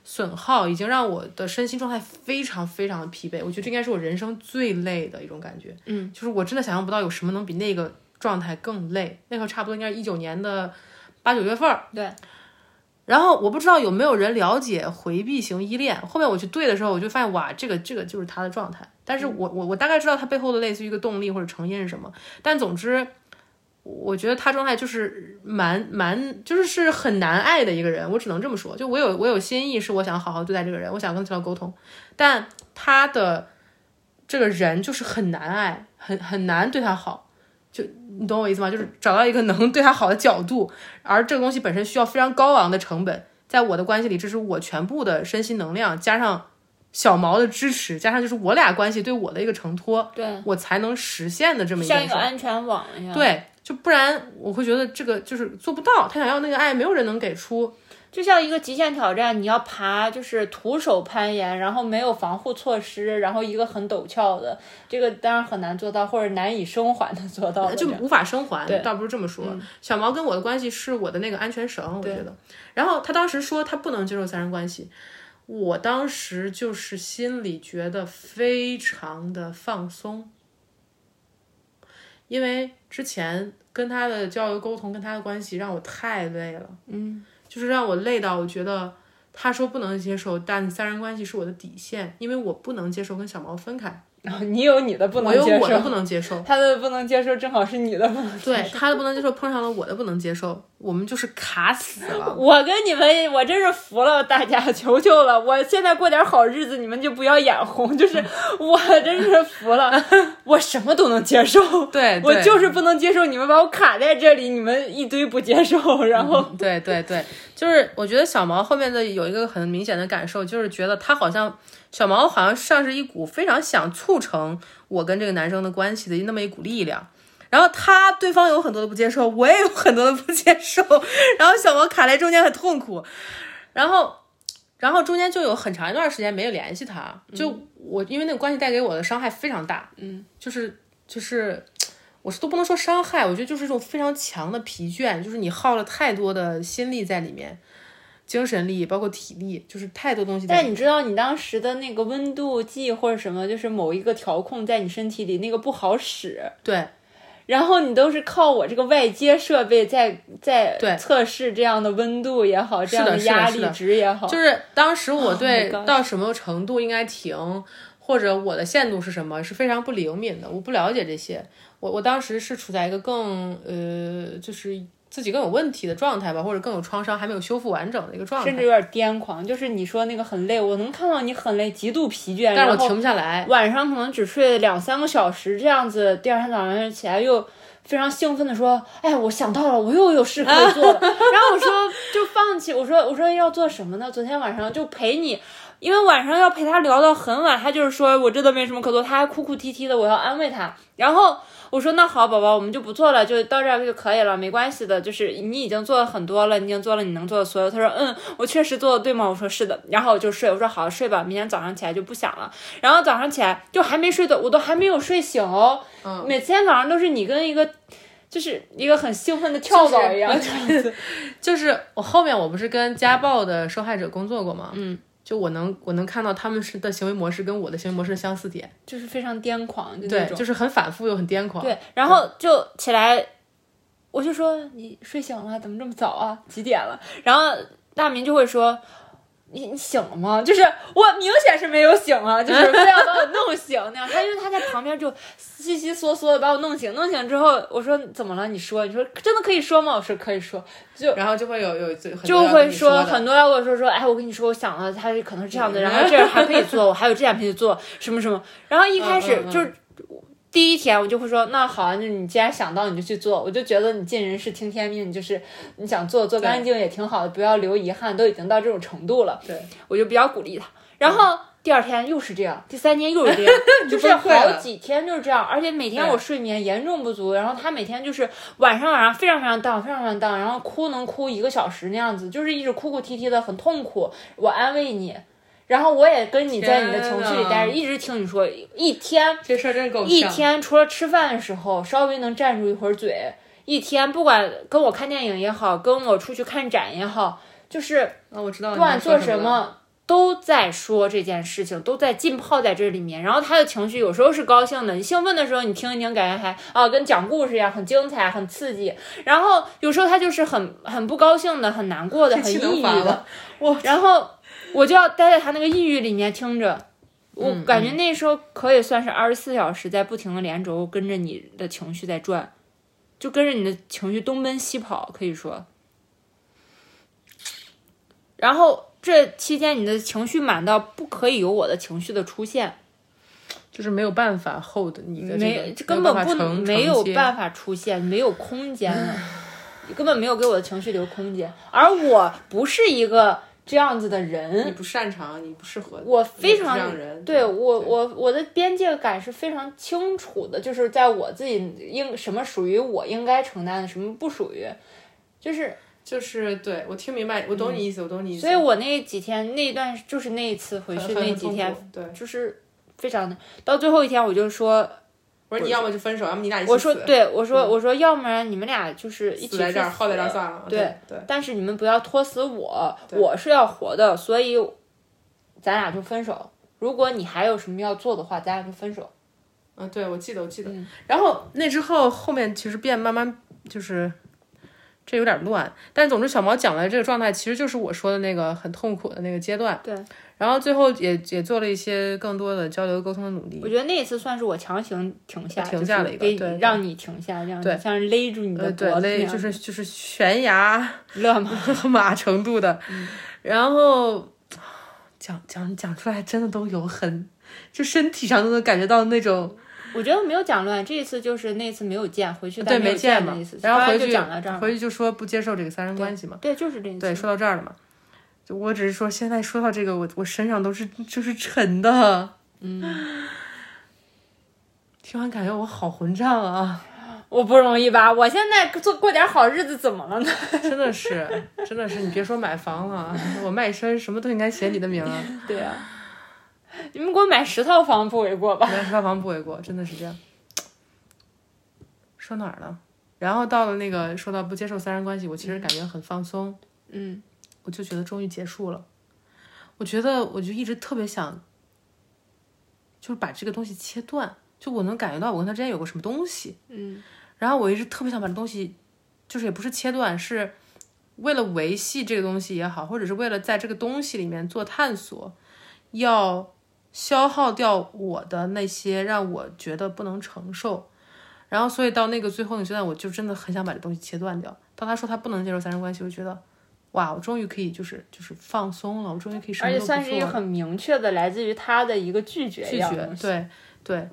Speaker 2: 损耗已经让我的身心状态非常非常的疲惫，我觉得这应该是我人生最累的一种感觉。嗯，就是我真的想象不到有什么能比那个状态更累。那时候差不多应该是一九年的八九月份儿。
Speaker 1: 对。
Speaker 2: 然后我不知道有没有人了解回避型依恋。后面我去对的时候，我就发现哇，这个这个就是他的状态。但是我我我大概知道他背后的类似于一个动力或者成因是什么。但总之，我觉得他状态就是蛮蛮就是是很难爱的一个人。我只能这么说，就我有我有心意，是我想好好对待这个人，我想跟他沟通，但他的这个人就是很难爱，很很难对他好。你懂我意思吗？就是找到一个能 *laughs* 对他好的角度，而这个东西本身需要非常高昂的成本，在我的关系里，这是我全部的身心能量加上小毛的支持，加上就是我俩关系对我的一个承托，
Speaker 1: 对，
Speaker 2: 我才能实现的这么一
Speaker 1: 像
Speaker 2: 件
Speaker 1: 一
Speaker 2: 事
Speaker 1: 个
Speaker 2: 儿。
Speaker 1: 安全网一样。，
Speaker 2: 对，就不然我会觉得这个就是做不到。他想要那个爱，没有人能给出。
Speaker 1: 就像一个极限挑战，你要爬就是徒手攀岩，然后没有防护措施，然后一个很陡峭的，这个当然很难做到，或者难以生还的做到的这
Speaker 2: 就
Speaker 1: 样。嗯
Speaker 2: 无法生还，倒不是这么说。小毛跟我的关系是我的那个安全绳，我觉得。然后他当时说他不能接受三人关系，我当时就是心里觉得非常的放松，因为之前跟他的交流沟通、跟他的关系让我太累了，嗯，就是让我累到我觉得。他说不能接受，但三人关系是我的底线，因为我不能接受跟小毛分开，
Speaker 1: 然后你有你的不能
Speaker 2: 我有
Speaker 1: 接
Speaker 2: 我的
Speaker 1: 受，
Speaker 2: 不能接受。
Speaker 1: 他的不能接受正好是你的不
Speaker 2: *laughs*
Speaker 1: 能接受。
Speaker 2: 对他的不能接受碰上了我的不能接受，我们就是卡死了。
Speaker 1: 我跟你们，我真是服了大家，求求了！我现在过点好日子，你们就不要眼红，
Speaker 2: *laughs*
Speaker 1: 就是我真是服了，我什么都能接受，
Speaker 2: *laughs* 对，
Speaker 1: 我
Speaker 2: 哎对
Speaker 1: 就是不能接受你们把我卡在这里，你们一堆不接受，然后
Speaker 2: 对对对，就是我觉得小毛后面的有一个很明显的感受，就是觉得他好像小毛好像像是一股非常想促成我跟这个男生的关系的那么一股力量。然后他对方有很多的不接受，我也有很多的不接受， *laughs* 然后小毛卡在中间很痛苦，然后，然后中间就有很长一段时间没有联系他，就我因为那个关系带给我的伤害非常大，嗯，就是就是我是都不能说伤害，我觉得就是一种非常强的疲倦，就是你耗了太多的心力在里面，精神力包括体力，就是太多东西在里
Speaker 1: 但你知道，你当时的那个温度计或者什么，就是某一个调控在你身体里那个不好使，
Speaker 2: 对
Speaker 1: 然后你都是靠我这个外接设备在在
Speaker 2: 对
Speaker 1: 测试这样的温度也好，这样
Speaker 2: 的是的
Speaker 1: 压
Speaker 2: 是
Speaker 1: 力
Speaker 2: 的
Speaker 1: 值也好，
Speaker 2: 就是当时我对
Speaker 1: 哦 Oh my gosh
Speaker 2: 到什么程度应该停，或者我的限度是什么，是非常不灵敏的，我不了解这些。我我当时是处在一个更呃，就是自己更有问题的状态吧，或者更有创伤还没有修复完整的一个状态
Speaker 1: 甚，至有点癫狂。就是你说那个很累，我能看到你很累，极度疲倦，
Speaker 2: 但是我
Speaker 1: 然后
Speaker 2: 停不下来。
Speaker 1: 晚上可能只睡两三个小时这样子，第二天早上起来又非常兴奋的说：“哎，我想到了，我又有事可以做了。”然后我说就放弃，我说我说要做什么呢？昨天晚上就陪你。因为晚上要陪他聊到很晚，他就是说我真的没什么可做，他还哭哭啼啼的，我要安慰他。然后我说那好，宝宝，我们就不做了，就到这儿就可以了，没关系的。就是你已经做了很多了，你已经做了你能做的所有。他说嗯，我确实做的对吗？我说是的。然后我就睡，我说好睡吧，明天早上起来就不想了。然后早上起来就还没睡的，我都还没有睡醒哦。
Speaker 2: 嗯
Speaker 1: 每天早上都是你跟一个，就是一个很兴奋的跳蚤一样。
Speaker 2: 就是我后面我不是跟家暴的受害者工作过吗？嗯，就我能我能看到他们是的行为模式跟我的行为模式的相似点，
Speaker 1: 就是非常癫狂，就那
Speaker 2: 对，
Speaker 1: 种。
Speaker 2: 就是很反复又很癫狂。
Speaker 1: 对，然后就起来，我就说你睡醒了，怎么这么早啊？几点了？然后大明就会说。你你醒了吗？就是我明显是没有醒啊，就是非要把我弄醒那样。他因为他在旁边就悉悉嗦嗦的把我弄醒，弄醒之后我说怎么了？你说你说真的可以说吗？我说可以说，
Speaker 2: 然后就会有有就
Speaker 1: 就会说
Speaker 2: 说
Speaker 1: 很多要跟我说说，哎，我跟你说，我想了，他可能是这样的，然
Speaker 2: 嗯
Speaker 1: 后这儿还可以做，我还有这两可以做， *laughs* 什么什么。然后一开始
Speaker 2: 嗯嗯嗯
Speaker 1: 就是第一天，我就会说，那好啊，那你既然想到，你就去做。我就觉得你尽人事听天命，就是你想做做干净也挺好的，不要留遗憾，都已经到这种程度了，
Speaker 2: 对，嗯
Speaker 1: 我就比较鼓励他。然后第二天又是这样，第三天又是
Speaker 2: *laughs*
Speaker 1: 这样，就是
Speaker 2: 崩溃
Speaker 1: 好
Speaker 2: 了
Speaker 1: 几天就是这样，而且每天我
Speaker 2: 对
Speaker 1: 睡眠严重不足，然后他每天就是晚上晚上非常非常荡，非常非常荡，然后哭能哭一个小时那样子，就是一直哭哭啼啼的，很痛苦。我安慰你，然后我也跟你在你的情绪里
Speaker 2: 天呐
Speaker 1: 待着，一直听你说，一天
Speaker 2: 这事儿真够
Speaker 1: 一天除了吃饭的时候稍微能站住一会儿嘴，一天不管跟我看电影也好，跟我出去看展也好，就是
Speaker 2: 啊，我知道
Speaker 1: 不
Speaker 2: 不
Speaker 1: 管做
Speaker 2: 什
Speaker 1: 什么都在说这件事情，都在浸泡在这里面。然后他的情绪有时候是高兴的，你兴奋的时候你听一听，感觉还啊跟讲故事一样，很精彩，很刺激。然后有时候他就是很很不高兴的，很难过的，
Speaker 2: 这
Speaker 1: 很
Speaker 2: 期
Speaker 1: 抑郁
Speaker 2: 能发
Speaker 1: 的
Speaker 2: 了。我
Speaker 1: 然后我就要待在他那个抑郁里面听着。我
Speaker 2: 嗯
Speaker 1: 感觉那时候可以算是二十四小时在不停的连轴跟着你的情绪在转，就跟着你的情绪东奔西跑，可以说。然后这期间你的情绪满到不可以有我的情绪的出现，
Speaker 2: 就是没有办法 hold 你的
Speaker 1: 没
Speaker 2: 这
Speaker 1: 这
Speaker 2: 个，
Speaker 1: 根本
Speaker 2: 没有
Speaker 1: 不
Speaker 2: 办法承
Speaker 1: 没有
Speaker 2: 承接
Speaker 1: 办法出现，没有空间了，根本没有给我的情绪留空间。而我不是一个这样子的人。
Speaker 2: 你不擅长，你不适合，
Speaker 1: 我非
Speaker 2: 你不
Speaker 1: 常
Speaker 2: 嗯是这样人
Speaker 1: 对我我我的边界感是非常清楚的，就是在我自己应什么属于我应该承担的，什么不属于，就是
Speaker 2: 就是对我听明白，我懂你意思，我懂你意思。
Speaker 1: 所以我那几天那一段就是那一次回去
Speaker 2: 很
Speaker 1: 那几，天
Speaker 2: 很，痛苦对，
Speaker 1: 就是非常的。到最后一天，我就说，
Speaker 2: 我说你要么就分手，要么你俩一起
Speaker 1: 我说
Speaker 2: 死嗯
Speaker 1: 对，我说我说，要不然你们俩就是一起
Speaker 2: 死在这
Speaker 1: 去
Speaker 2: 儿，
Speaker 1: 死
Speaker 2: 耗在这儿算了。
Speaker 1: 对
Speaker 2: 对，
Speaker 1: 但是你们不要拖死我，我是要活的，所以咱俩就分手。如果你还有什么要做的话，咱俩就分手。
Speaker 2: 嗯，对，我记得，我记得。然后那之后，后面其实变慢慢就是，这有点乱。但总之，小毛讲的这个状态，其实就是我说的那个很痛苦的那个阶段。
Speaker 1: 对，
Speaker 2: 然后最后也也做了一些更多的交流沟通的努力。
Speaker 1: 我觉得那一次算是我强行停下，
Speaker 2: 停下了一个
Speaker 1: 就是
Speaker 2: 对
Speaker 1: 给
Speaker 2: 对
Speaker 1: 你让你停下，这样你像是勒住你的啊
Speaker 2: 呃，对
Speaker 1: 脖，子那
Speaker 2: 那
Speaker 1: 样，
Speaker 2: 就是就是悬崖
Speaker 1: *laughs* 勒吗？
Speaker 2: 马程度的。
Speaker 1: 嗯
Speaker 2: 然后讲讲讲出来，真的都有很，就身体上都能感觉到那种
Speaker 1: 我觉得没有讲乱，这一次就是那次没有见，啊回去
Speaker 2: 啊对
Speaker 1: 咱没有
Speaker 2: 见
Speaker 1: 的
Speaker 2: 嘛
Speaker 1: 意思，，
Speaker 2: 然后
Speaker 1: 后
Speaker 2: 回
Speaker 1: 就
Speaker 2: 去
Speaker 1: 讲到这儿，
Speaker 2: 回去就说不接受这个三人关系嘛。
Speaker 1: 对，就是
Speaker 2: *sniffs*
Speaker 1: 这一次。
Speaker 2: 对，说到这儿了嘛，就我只是说现在说到这个，我我身上都是就是沉的，嗯， *laughs* 听完感觉我好混账啊， *laughs*
Speaker 1: 我不容易吧？我现在做过点好日子怎么了呢？
Speaker 2: 真的是，真的是，你别说买房了啊，我卖身什么都应该写你的名儿啊，
Speaker 1: *laughs* 对呀、你们给我买十套房不为过吧？
Speaker 2: 买套房不为过，真的是这样。说哪儿了？然后到了那个说到不接受三人关系，我其实感觉很放松。
Speaker 1: 嗯，
Speaker 2: 我就觉得终于结束了。我觉得我就一直特别想，就是把这个东西切断，就我能感觉到我跟他之间有个什么东西，嗯，然后我一直特别想把这东西，就是也不是切断，是为了维系这个东西也好，或者是为了在这个东西里面做探索，要消耗掉我的那些让我觉得不能承受。然后，所以到那个最后那阶段，我就真的很想把这东西切断掉。当他说他不能接受三人关系，我就觉得，哇，我终于可以就是就是放松了，我终于可以什么
Speaker 1: 而且
Speaker 2: 都不做
Speaker 1: 算是一个很明确的来自于他的一个拒绝
Speaker 2: 拒
Speaker 1: 一样
Speaker 2: 绝
Speaker 1: 的，
Speaker 2: 对对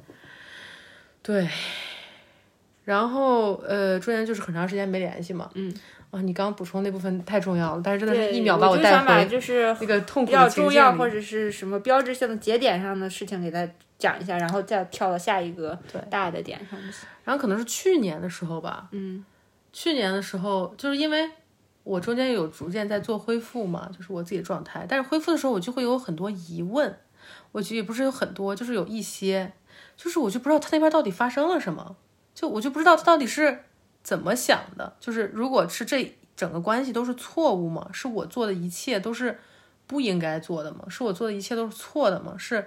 Speaker 2: 对。然后呃，中间就是很长时间没联系嘛，嗯，啊，你刚刚补充那部分太重要了，但是真的
Speaker 1: 对，
Speaker 2: 是一秒把
Speaker 1: 我就
Speaker 2: 带
Speaker 1: 想把
Speaker 2: 回
Speaker 1: 就是
Speaker 2: 那个痛
Speaker 1: 比
Speaker 2: 苦
Speaker 1: 较
Speaker 2: 的情
Speaker 1: 重要
Speaker 2: 境
Speaker 1: 或
Speaker 2: 里。
Speaker 1: 者是什么标志性的节点上的事情给大家讲一下，然后再跳到下一个大的点上去。
Speaker 2: 然后可能是去年的时候吧，
Speaker 1: 嗯
Speaker 2: 去年的时候就是因为我中间有逐渐在做恢复嘛，就是我自己的状态，但是恢复的时候我就会有很多疑问，我觉得也不是有很多，就是有一些，就是我就不知道他那边到底发生了什么，就我就不知道他到底是怎么想的，就是如果是这整个关系都是错误吗？是我做的一切都是不应该做的吗？是我做的一切都是错的吗？是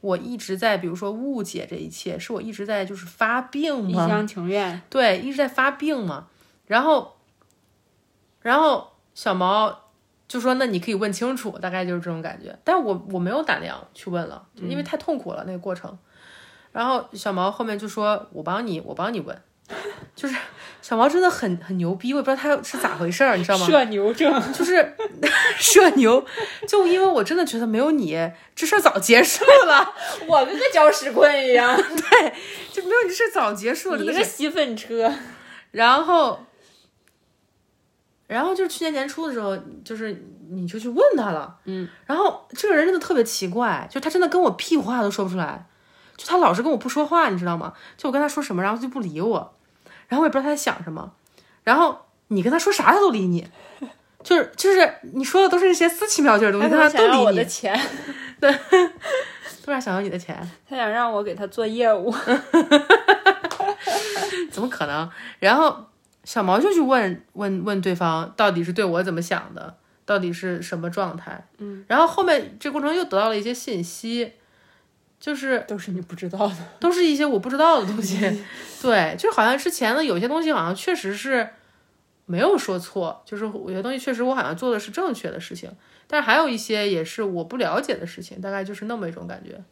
Speaker 2: 我一直在比如说误解这一切，是我一直在就是发病
Speaker 1: 一
Speaker 2: 吗？
Speaker 1: 厢情愿，
Speaker 2: 对，一直在发病嘛。然后，然后小毛就说：“那你可以问清楚。”大概就是这种感觉。但我我没有胆量去问了，就因为太痛苦了那个过程。然后小毛后面就说：“我帮你，我帮你问。”就是小毛真的很很牛逼，我也不知道他是咋回事儿，你
Speaker 1: *laughs*
Speaker 2: 知道吗？
Speaker 1: 社牛
Speaker 2: *laughs*
Speaker 1: 症，
Speaker 2: 就是社牛，就因为我真的觉得没有你，这事儿早结束了， *laughs*
Speaker 1: 我跟个搅屎棍一样，
Speaker 2: 就没有你这事儿早结束了，真
Speaker 1: 你
Speaker 2: 的
Speaker 1: 个吸粪车。
Speaker 2: 然后，然后就是去年年初的时候，就是你就去问他了，嗯，然后这个人真的特别奇怪，就他真的跟我屁话都说不出来，就他老是跟我不说话，你知道吗？就我跟他说什么，然后他就不理我，然后我也不知道他在想什么，然后你跟他说啥他都理你， *laughs* 就是就是你说的都是一些私情妙趣的东西，
Speaker 1: 他
Speaker 2: 但他
Speaker 1: 想要
Speaker 2: 都
Speaker 1: 我
Speaker 2: 理
Speaker 1: 的
Speaker 2: 你，
Speaker 1: 钱，
Speaker 2: 突然想要你的钱。
Speaker 1: 他想让我给他做业
Speaker 2: *laughs*
Speaker 1: 务。
Speaker 2: 怎么可能？然后小毛就去问问问对方到底是对我怎么想的，到底是什么状态。嗯，然后后面这过程又得到了一些信息，就是
Speaker 1: 都是你不知道的。
Speaker 2: 都是一些我不知道的东西。 *laughs* 对，就好像之前的有些东西好像确实是没有说错，就是有些东西确实我好像做的是正确的事情，但是还有一些也是我不了解的事情，大概就是那么一种感觉。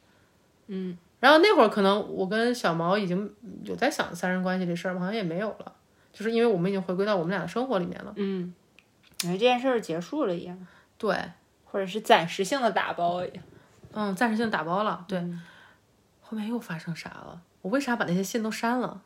Speaker 2: 嗯，然后那会儿可能我跟小毛已经有在想三人关系这事儿，好像也没有了，就是因为我们已经回归到我们俩的生活里面了。
Speaker 1: 嗯，感觉这件事儿结束了一样，
Speaker 2: 对，
Speaker 1: 或者是暂时性的打包一样。
Speaker 2: 嗯，暂时性打嗯包了。对，后面又发生啥了？我为啥把那些信都删了？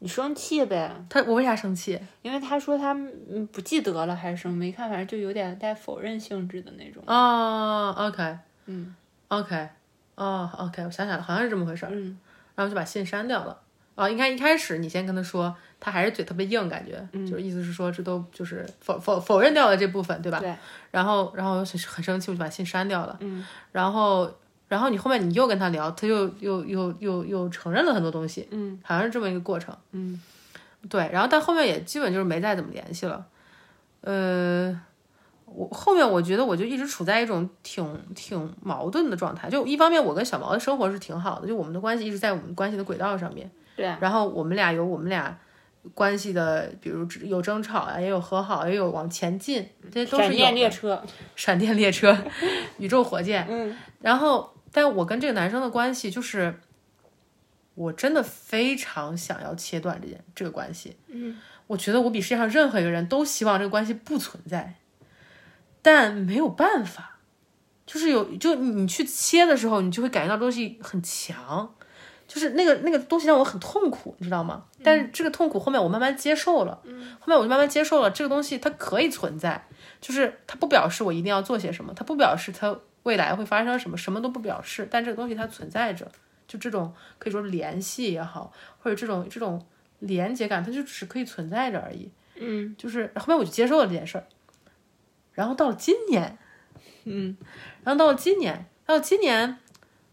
Speaker 1: 你生气呗，
Speaker 2: 他我为啥生气？
Speaker 1: 因为他说他嗯不记得了还是什么，没看，反正就有点带否认性质的那种。
Speaker 2: 哦，OK，
Speaker 1: 嗯
Speaker 2: ，OK，哦，OK，我想想了，好像是这么回事儿。
Speaker 1: 嗯
Speaker 2: 然后就把信删掉了。啊，应该一开始你先跟他说，他还是嘴特别硬，感觉，
Speaker 1: 嗯
Speaker 2: 就是意思是说这都就是否否否认掉了这部分，对吧？
Speaker 1: 对。
Speaker 2: 然后，然后很很生气，我就把信删掉了。
Speaker 1: 嗯。
Speaker 2: 然后，然后你后面你又跟他聊，他又又又又又承认了很多东西，
Speaker 1: 嗯
Speaker 2: 好像是这么一个过程。
Speaker 1: 嗯
Speaker 2: 对，然后但后面也基本就是没再怎么联系了。呃，我后面我觉得我就一直处在一种挺挺矛盾的状态，就一方面我跟小毛的生活是挺好的，就我们的关系一直在我们关系的轨道上面，
Speaker 1: 对
Speaker 2: 然后我们俩有我们俩。关系的，比如只有争吵啊呀、也有和好，也有往前进，这些都
Speaker 1: 闪
Speaker 2: 是有
Speaker 1: 电列车。
Speaker 2: *laughs* 闪电列车、宇宙火箭。
Speaker 1: 嗯
Speaker 2: 然后，但我跟这个男生的关系就是，我真的非常想要切断这件这个关系。
Speaker 1: 嗯，
Speaker 2: 我觉得我比世界上任何一个人都希望这个关系不存在，但没有办法，就是有就你你去切的时候，你就会感觉到东西很强，就是那个那个东西让我很痛苦，你知道吗？但
Speaker 1: 嗯
Speaker 2: 是这个痛苦后面我慢慢接受了，后面我就慢慢接受了这个东西它可以存在，就是它不表示我一定要做些什么，它不表示它未来会发生什么，什么都不表示，但这个东西它存在着，就这种可以说联系也好，或者这种这种连接感，它就只是可以存在着而已。
Speaker 1: 嗯
Speaker 2: 就是后面我就接受了这件事儿，然后到了今年，
Speaker 1: 嗯
Speaker 2: 然后到了今年，到了今年，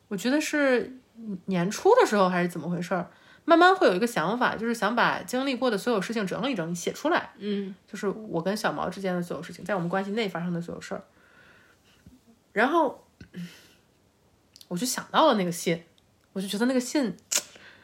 Speaker 2: 我觉得是年初的时候还是怎么回事儿，慢慢会有一个想法，就是想把经历过的所有事情整理整理，写出来。
Speaker 1: 嗯
Speaker 2: 就是我跟小毛之间的所有事情，在我们关系内发生的所有事儿。然后我就想到了那个信，我就觉得那个信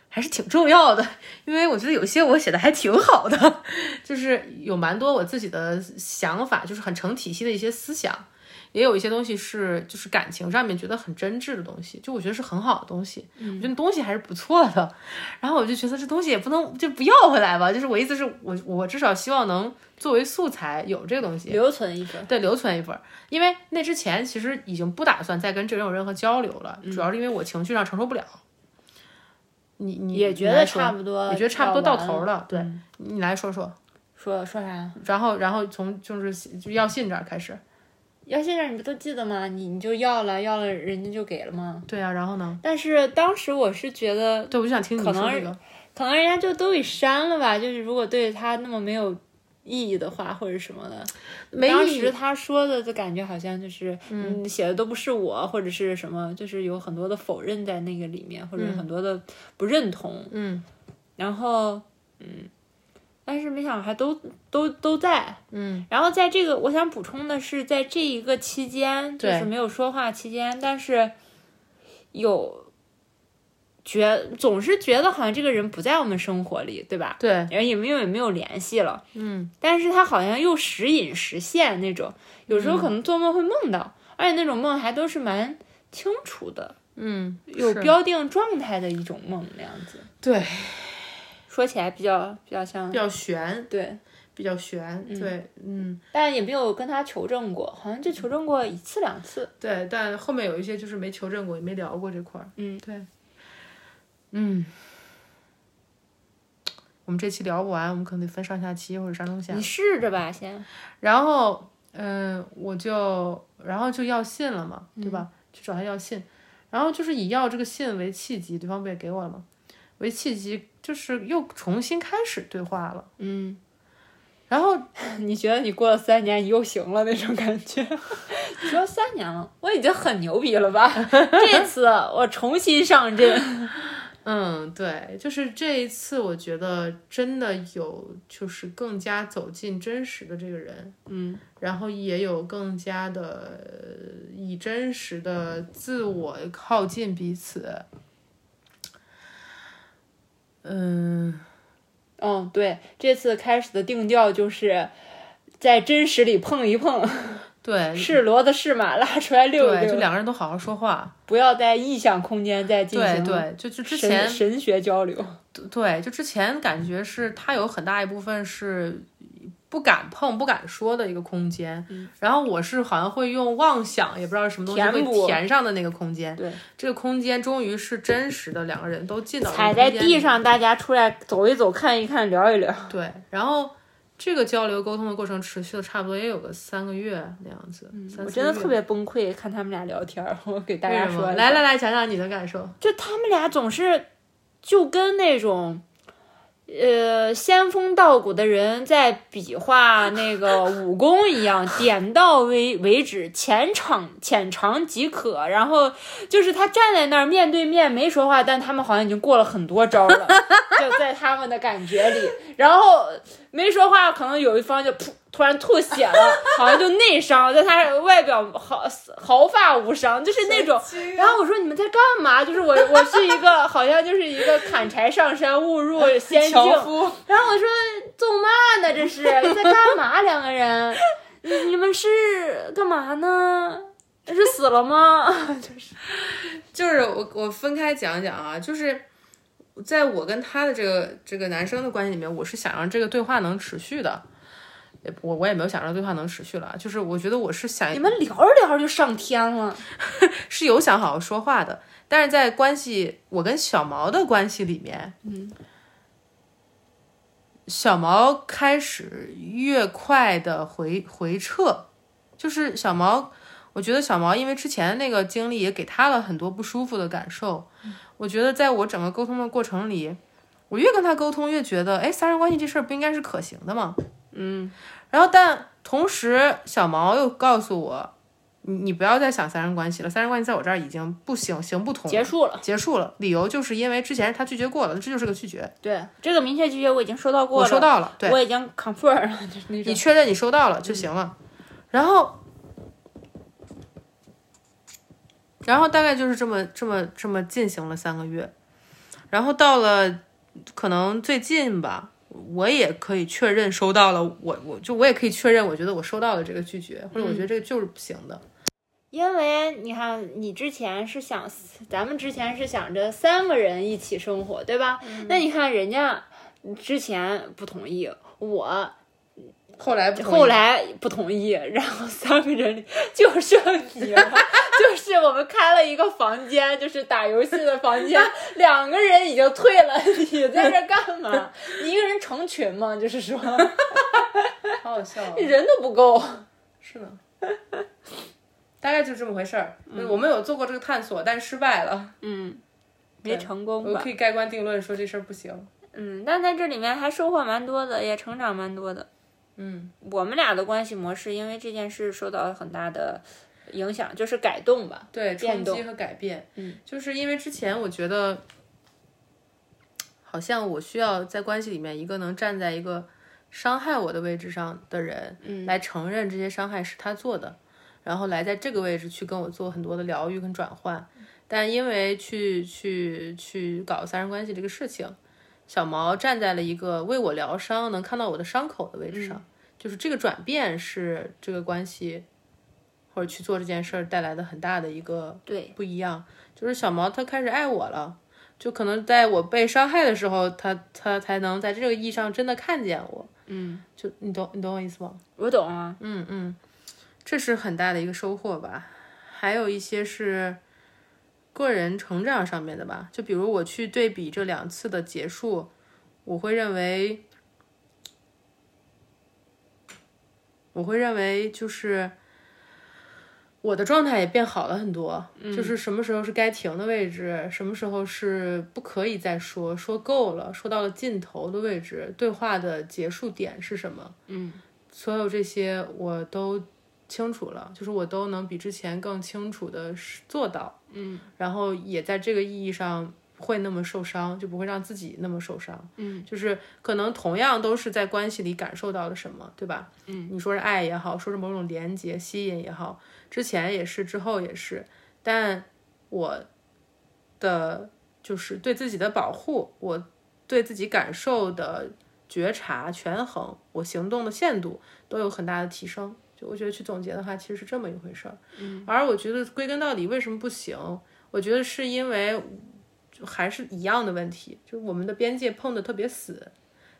Speaker 2: 还是挺重要的，因为我觉得有些我写的还挺好的，就是有蛮多我自己的想法，就是很成体系的一些思想，也有一些东西是就是感情上面觉得很真挚的东西，就我觉得是很好的东西，我觉得东西还是不错的。然后我就觉得这东西也不能就不要回来吧，就是我意思是我我至少希望能作为素材有这个东西，
Speaker 1: 留存一份。
Speaker 2: 对，留存一份儿。因为那之前其实已经不打算再跟这个人有任何交流了，主要是因为我情绪上承受不了。你你
Speaker 1: 也觉得差不多
Speaker 2: 也觉得差不
Speaker 1: 要
Speaker 2: 多到
Speaker 1: 完嗯啊
Speaker 2: 头了。对，你来说说，
Speaker 1: 说说啥？
Speaker 2: 然后然后从就是就要信这儿开始。
Speaker 1: 要现在你不都记得吗？你你就要了，要了人家就给了吗？
Speaker 2: 对啊，然后呢？
Speaker 1: 但是当时我是觉得，
Speaker 2: 对，我就想听你说
Speaker 1: 能
Speaker 2: 这个。
Speaker 1: 可能人家就都给删了吧。就是如果对他那么没有意义的话，或者什么的，
Speaker 2: 没
Speaker 1: 当
Speaker 2: 意义
Speaker 1: 时他说的就感觉好像就是，嗯，写的都不是我，或者是什么，就是有很多的否认在那个里面，或者很多的不认同。
Speaker 2: 嗯
Speaker 1: 然后，嗯，但是没想到还都都都在。
Speaker 2: 嗯
Speaker 1: 然后在这个，我想补充的是，在这一个期间，就
Speaker 2: 对
Speaker 1: 是没有说话期间，但是有觉总是觉得好像这个人不在我们生活里，对吧？
Speaker 2: 对，
Speaker 1: 然后也没有也没有联系了，
Speaker 2: 嗯
Speaker 1: 但是他好像又时隐时现那种，有
Speaker 2: 嗯
Speaker 1: 时候可能做梦会梦到，而且那种梦还都是蛮清楚的，
Speaker 2: 嗯，
Speaker 1: 有
Speaker 2: 是
Speaker 1: 标定状态的一种梦那样子。
Speaker 2: 对，
Speaker 1: 说起来比较比较像
Speaker 2: 比，较悬，
Speaker 1: 对，
Speaker 2: 比较悬。对，嗯
Speaker 1: 但也没有跟他求证过，好像就求证过一次两次。
Speaker 2: 对，但后面有一些就是没求证过，也没聊过这块儿。
Speaker 1: 嗯，
Speaker 2: 对，嗯。我们这期聊不完，我们可能得分上下期或者上中下
Speaker 1: 你。试着吧，先。
Speaker 2: 然后，嗯、我就然后就要信了嘛，对吧？去找他要信，然后就是以要这个信为契机，对方不也给我了吗？为契机，就是又重新开始对话了。
Speaker 1: 嗯， *laughs*
Speaker 2: 然后
Speaker 1: 你觉得你过了三年，你又行了那种感觉？ *laughs* 你说三年了，我已经很牛逼了 *laughs* 吧？这次我重新上阵。
Speaker 2: 嗯，对，就是这一次，我觉得真的有，就是更加走进真实的这个人，
Speaker 1: 嗯
Speaker 2: 然后也有更加的呃以真实的自我靠近彼此。嗯，
Speaker 1: 嗯，对，这次开始的定调就是。在真实里碰一碰，
Speaker 2: 对，
Speaker 1: 是骡子是马，拉出来溜一
Speaker 2: 对，就
Speaker 1: 溜，
Speaker 2: 两个人都好好说话。
Speaker 1: 不要在臆想空间再进
Speaker 2: 对
Speaker 1: 行
Speaker 2: 对，就就之
Speaker 1: 神
Speaker 2: 前
Speaker 1: 神学交流。
Speaker 2: 对，就之前感觉是他有很大一部分是不敢碰、不敢说的一个空间。然后我是好像会用妄想，也不知道是什么东西
Speaker 1: 嗯填补
Speaker 2: 会填上的那个空间。
Speaker 1: 对，
Speaker 2: 这个空间终于是真实的，两个人都进到
Speaker 1: 踩在地。上，大家出来走一走，看一看，聊一聊。
Speaker 2: 对，然后这个交流沟通的过程持续了差不多也有个三个月那样子。
Speaker 1: 嗯
Speaker 2: 三
Speaker 1: 我
Speaker 2: 四
Speaker 1: 真
Speaker 2: 个
Speaker 1: 的
Speaker 2: 月
Speaker 1: 特别崩溃，看他们俩聊天儿，我给大
Speaker 2: 为
Speaker 1: 家
Speaker 2: 什么
Speaker 1: 说，
Speaker 2: 来来来，讲讲你的感受。
Speaker 1: 就他们俩总是就跟那种。呃，仙风道骨的人在比划那个武功一样，点到为为止，浅尝浅尝即可。然后就是他站在那儿面对面没说话，但他们好像已经过了很多招了，就在他们的感觉里。然后没说话，可能有一方就噗突然吐血了，好像就内伤，但他外表毫毫发无伤，就是那种。然后我说你们在干嘛？就是 *laughs* 我我是一个好像就是一个砍柴上山误 *laughs* 入仙境，
Speaker 2: 樵夫，
Speaker 1: 然后我说做嘛呢？ *laughs* 这是在干嘛？两个人，你你们是干嘛呢？是死了吗？就是
Speaker 2: 就是我我分开讲讲啊，就是在我跟他的这个这个男生的关系里面，我是想让这个对话能持续的。也我我也没有想让对话能持续了啊，就是我觉得我是
Speaker 1: *laughs*
Speaker 2: 想
Speaker 1: 你们聊着聊着就上天了，
Speaker 2: 是有想好好说话的，但是在关系我跟小毛的关系里面，嗯，小毛开始越快的回回撤，就是小毛，我觉得小毛因为之前那个经历也给他了很多不舒服的感受，我觉得在我整个沟通的过程里，我越跟他沟通越觉得，哎，三人关系这事儿不应该是可行的吗？嗯，然后但同时小毛又告诉我，你你不要再想三人关系了，三人关系在我这儿已经不行，行不通，
Speaker 1: 结束了。
Speaker 2: 结束了。理由就是因为之前他拒绝过了，这就是个拒绝。
Speaker 1: 对，这个明确拒绝我已经收到过
Speaker 2: 我
Speaker 1: 了，
Speaker 2: 收到了，对
Speaker 1: 我已经 confirm 了，就是那种
Speaker 2: 你确认你收到
Speaker 1: 嗯
Speaker 2: 了就行了。然后，然后大概就是这么这么这么进行了三个月，然后到了可能最近吧，我也可以确认收到了，我我就我也可以确认，我觉得我收到了这个拒绝，或者我觉
Speaker 1: 嗯
Speaker 2: 得这个就是不行的。
Speaker 1: 因为你看，你之前是想，咱们之前是想着三个人一起生活，对吧？那你看人家之前不同意，我
Speaker 2: 后来不同意
Speaker 1: 后来不同意，然后三个人里就剩你了。 *laughs* 就是我们开了一个房间，就是打游戏的房间，两个人已经退了，你在这干嘛？你一个人成群吗？就是说，
Speaker 2: 好好笑、啊，
Speaker 1: 人都不够。
Speaker 2: 是呢，大概就这么回事儿。我们有做过这个探索，但失败了。
Speaker 1: 嗯，没成功
Speaker 2: 我
Speaker 1: 吧
Speaker 2: 可？以盖棺定论说这事儿不行。
Speaker 1: 嗯，但在这里面还收获蛮多的，也成长蛮多的。
Speaker 2: 嗯，
Speaker 1: 我们俩的关系模式，因为这件事受到了很大的影响，就是改动吧。
Speaker 2: 对，冲
Speaker 1: 变动
Speaker 2: 击和改变，嗯，就是因为之前我觉得，好像我需要在关系里面一个能站在一个伤害我的位置上的人，嗯，来承认这些伤害是他做的，然后来在这个位置去跟我做很多的疗愈跟转换。但因为去去去搞三人关系这个事情，小毛站在了一个为我疗伤、能看到我的伤口的位置上，就是这个转变是这个关系或者去做这件事儿带来的很大的一个
Speaker 1: 对，
Speaker 2: 不一样。就是小毛他开始爱我了，就可能在我被伤害的时候，他他才能在这个意义上真的看见我。嗯，就你懂你懂我意思吗？
Speaker 1: 我懂啊。
Speaker 2: 嗯，嗯，这是很大的一个收获吧。还有一些是个人成长上面的吧，就比如我去对比这两次的结束，我会认为，我会认为就是我的状态也变好了很多，就是什么时候是该停的位置，什么时候是不可以再说，说够了，说到了尽头的位置，对话的结束点是什么。所有这些我都清楚了，就是我都能比之前更清楚的做到，嗯，然后也在这个意义上不会那么受伤，就不会让自己那么受伤，嗯，就是可能同样都是在关系里感受到了什么，对吧？嗯，你说是爱也好，说是某种连接、吸引也好，之前也是，之后也是，但我的就是对自己的保护，我对自己感受的觉察、权衡，我行动的限度都有很大的提升。就我觉得去总结的话，其实是这么一回事儿。嗯，而我觉得归根到底为什么不行，我觉得是因为就还是一样的问题，就是我们的边界碰得特别死。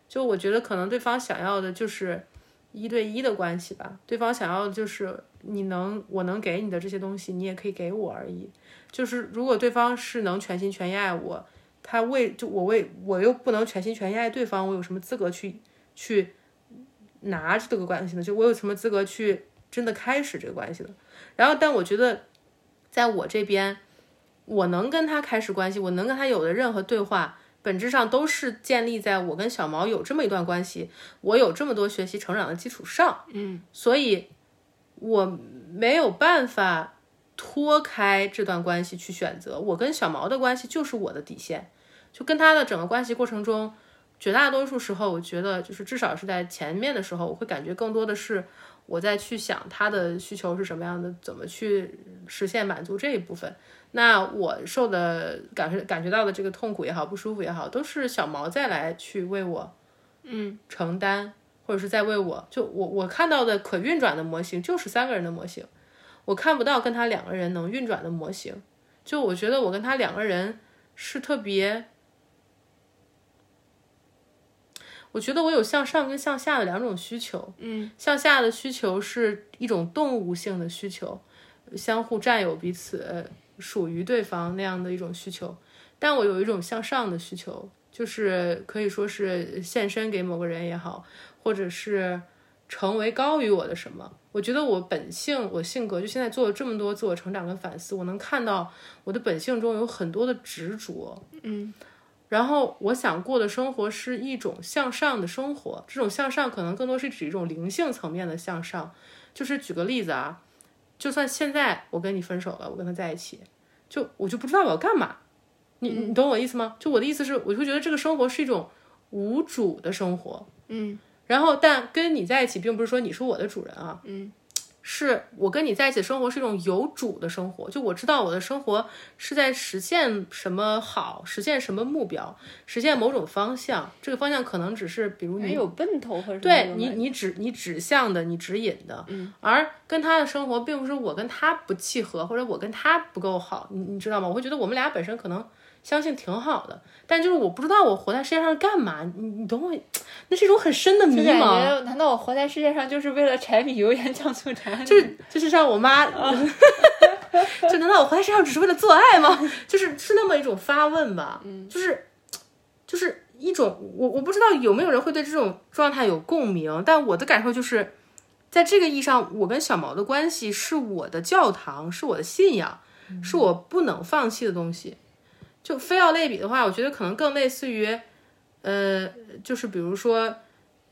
Speaker 2: 就我觉得可能对方想要的就是一对一的关系吧。对方想要就是你能我能给你的这些东西，你也可以给我而已。就是如果对方是能全心全意爱我，他为就我为我又不能全心全意爱对方，我有什么资格去去拿这个关系呢？就我有什么资格去真的开始这个关系呢？然后，但我觉得在我这边，我能跟他开始关系，我能跟他有的任何对话，本质上都是建立在我跟小毛有这么一段关系，我有这么多学习成长的基础上。嗯，所以我没有办法脱开这段关系去选择。我跟小毛的关系就是我的底线，就跟他的整个关系过程中。绝大多数时候，我觉得就是至少是在前面的时候，我会感觉更多的是我在去想他的需求是什么样的，怎么去实现满足这一部分。那我受的感受感觉到的这个痛苦也好，不舒服也好，都是小毛再来去为我，嗯，承担，或者是在为我就我我看到的可运转的模型就是三个人的模型，我看不到跟他两个人能运转的模型。就我觉得我跟他两个人是特别。我觉得我有向上跟向下的两种需求，嗯，向下的需求是一种动物性的需求，相互占有彼此，呃属于对方那样的一种需求。但我有一种向上的需求，就是可以说是献身给某个人也好，或者是成为高于我的什么。我觉得我本性，我性格就现在做了这么多自我成长跟反思，我能看到我的本性中有很多的执着，嗯。然后我想过的生活是一种向上的生活，这种向上可能更多是指一种灵性层面的向上。就是举个例子啊，就算现在我跟你分手了，我跟他在一起，就我就不知道我要干嘛。你你懂我意思吗？就我的意思是，我就觉得这个生活是一种无主的生活。嗯。然后，但跟你在一起，并不是说你是我的主人啊。嗯。是我跟你在一起的生活是一种有主的生活，就我知道我的生活是在实现什么好，实现什么目标，实现某种方向。这个方向可能只是比如
Speaker 1: 你有奔头或者
Speaker 2: 对你你指你指向的，你指引的。嗯，而跟他的生活并不是我跟他不契合，或者我跟他不够好，你你知道吗？我会觉得我们俩本身可能相信挺好的，但就是我不知道我活在世界上干嘛，你你懂我？那是一种很深的迷
Speaker 1: 就感
Speaker 2: 茫。
Speaker 1: 觉难道我活在世界上就是为了柴米油盐酱醋茶？
Speaker 2: 就是就是让我妈，就难道我活在世上只是为了做爱吗？就是是那么一种发问吧，嗯，就是就是一种我我不知道有没有人会对这种状态有共鸣，但我的感受就是，在这个意义上，我跟小毛的关系是我的教堂，是我的信仰，是我不能放弃的东西。就非要类比的话，我觉得可能更类似于，呃，就是比如说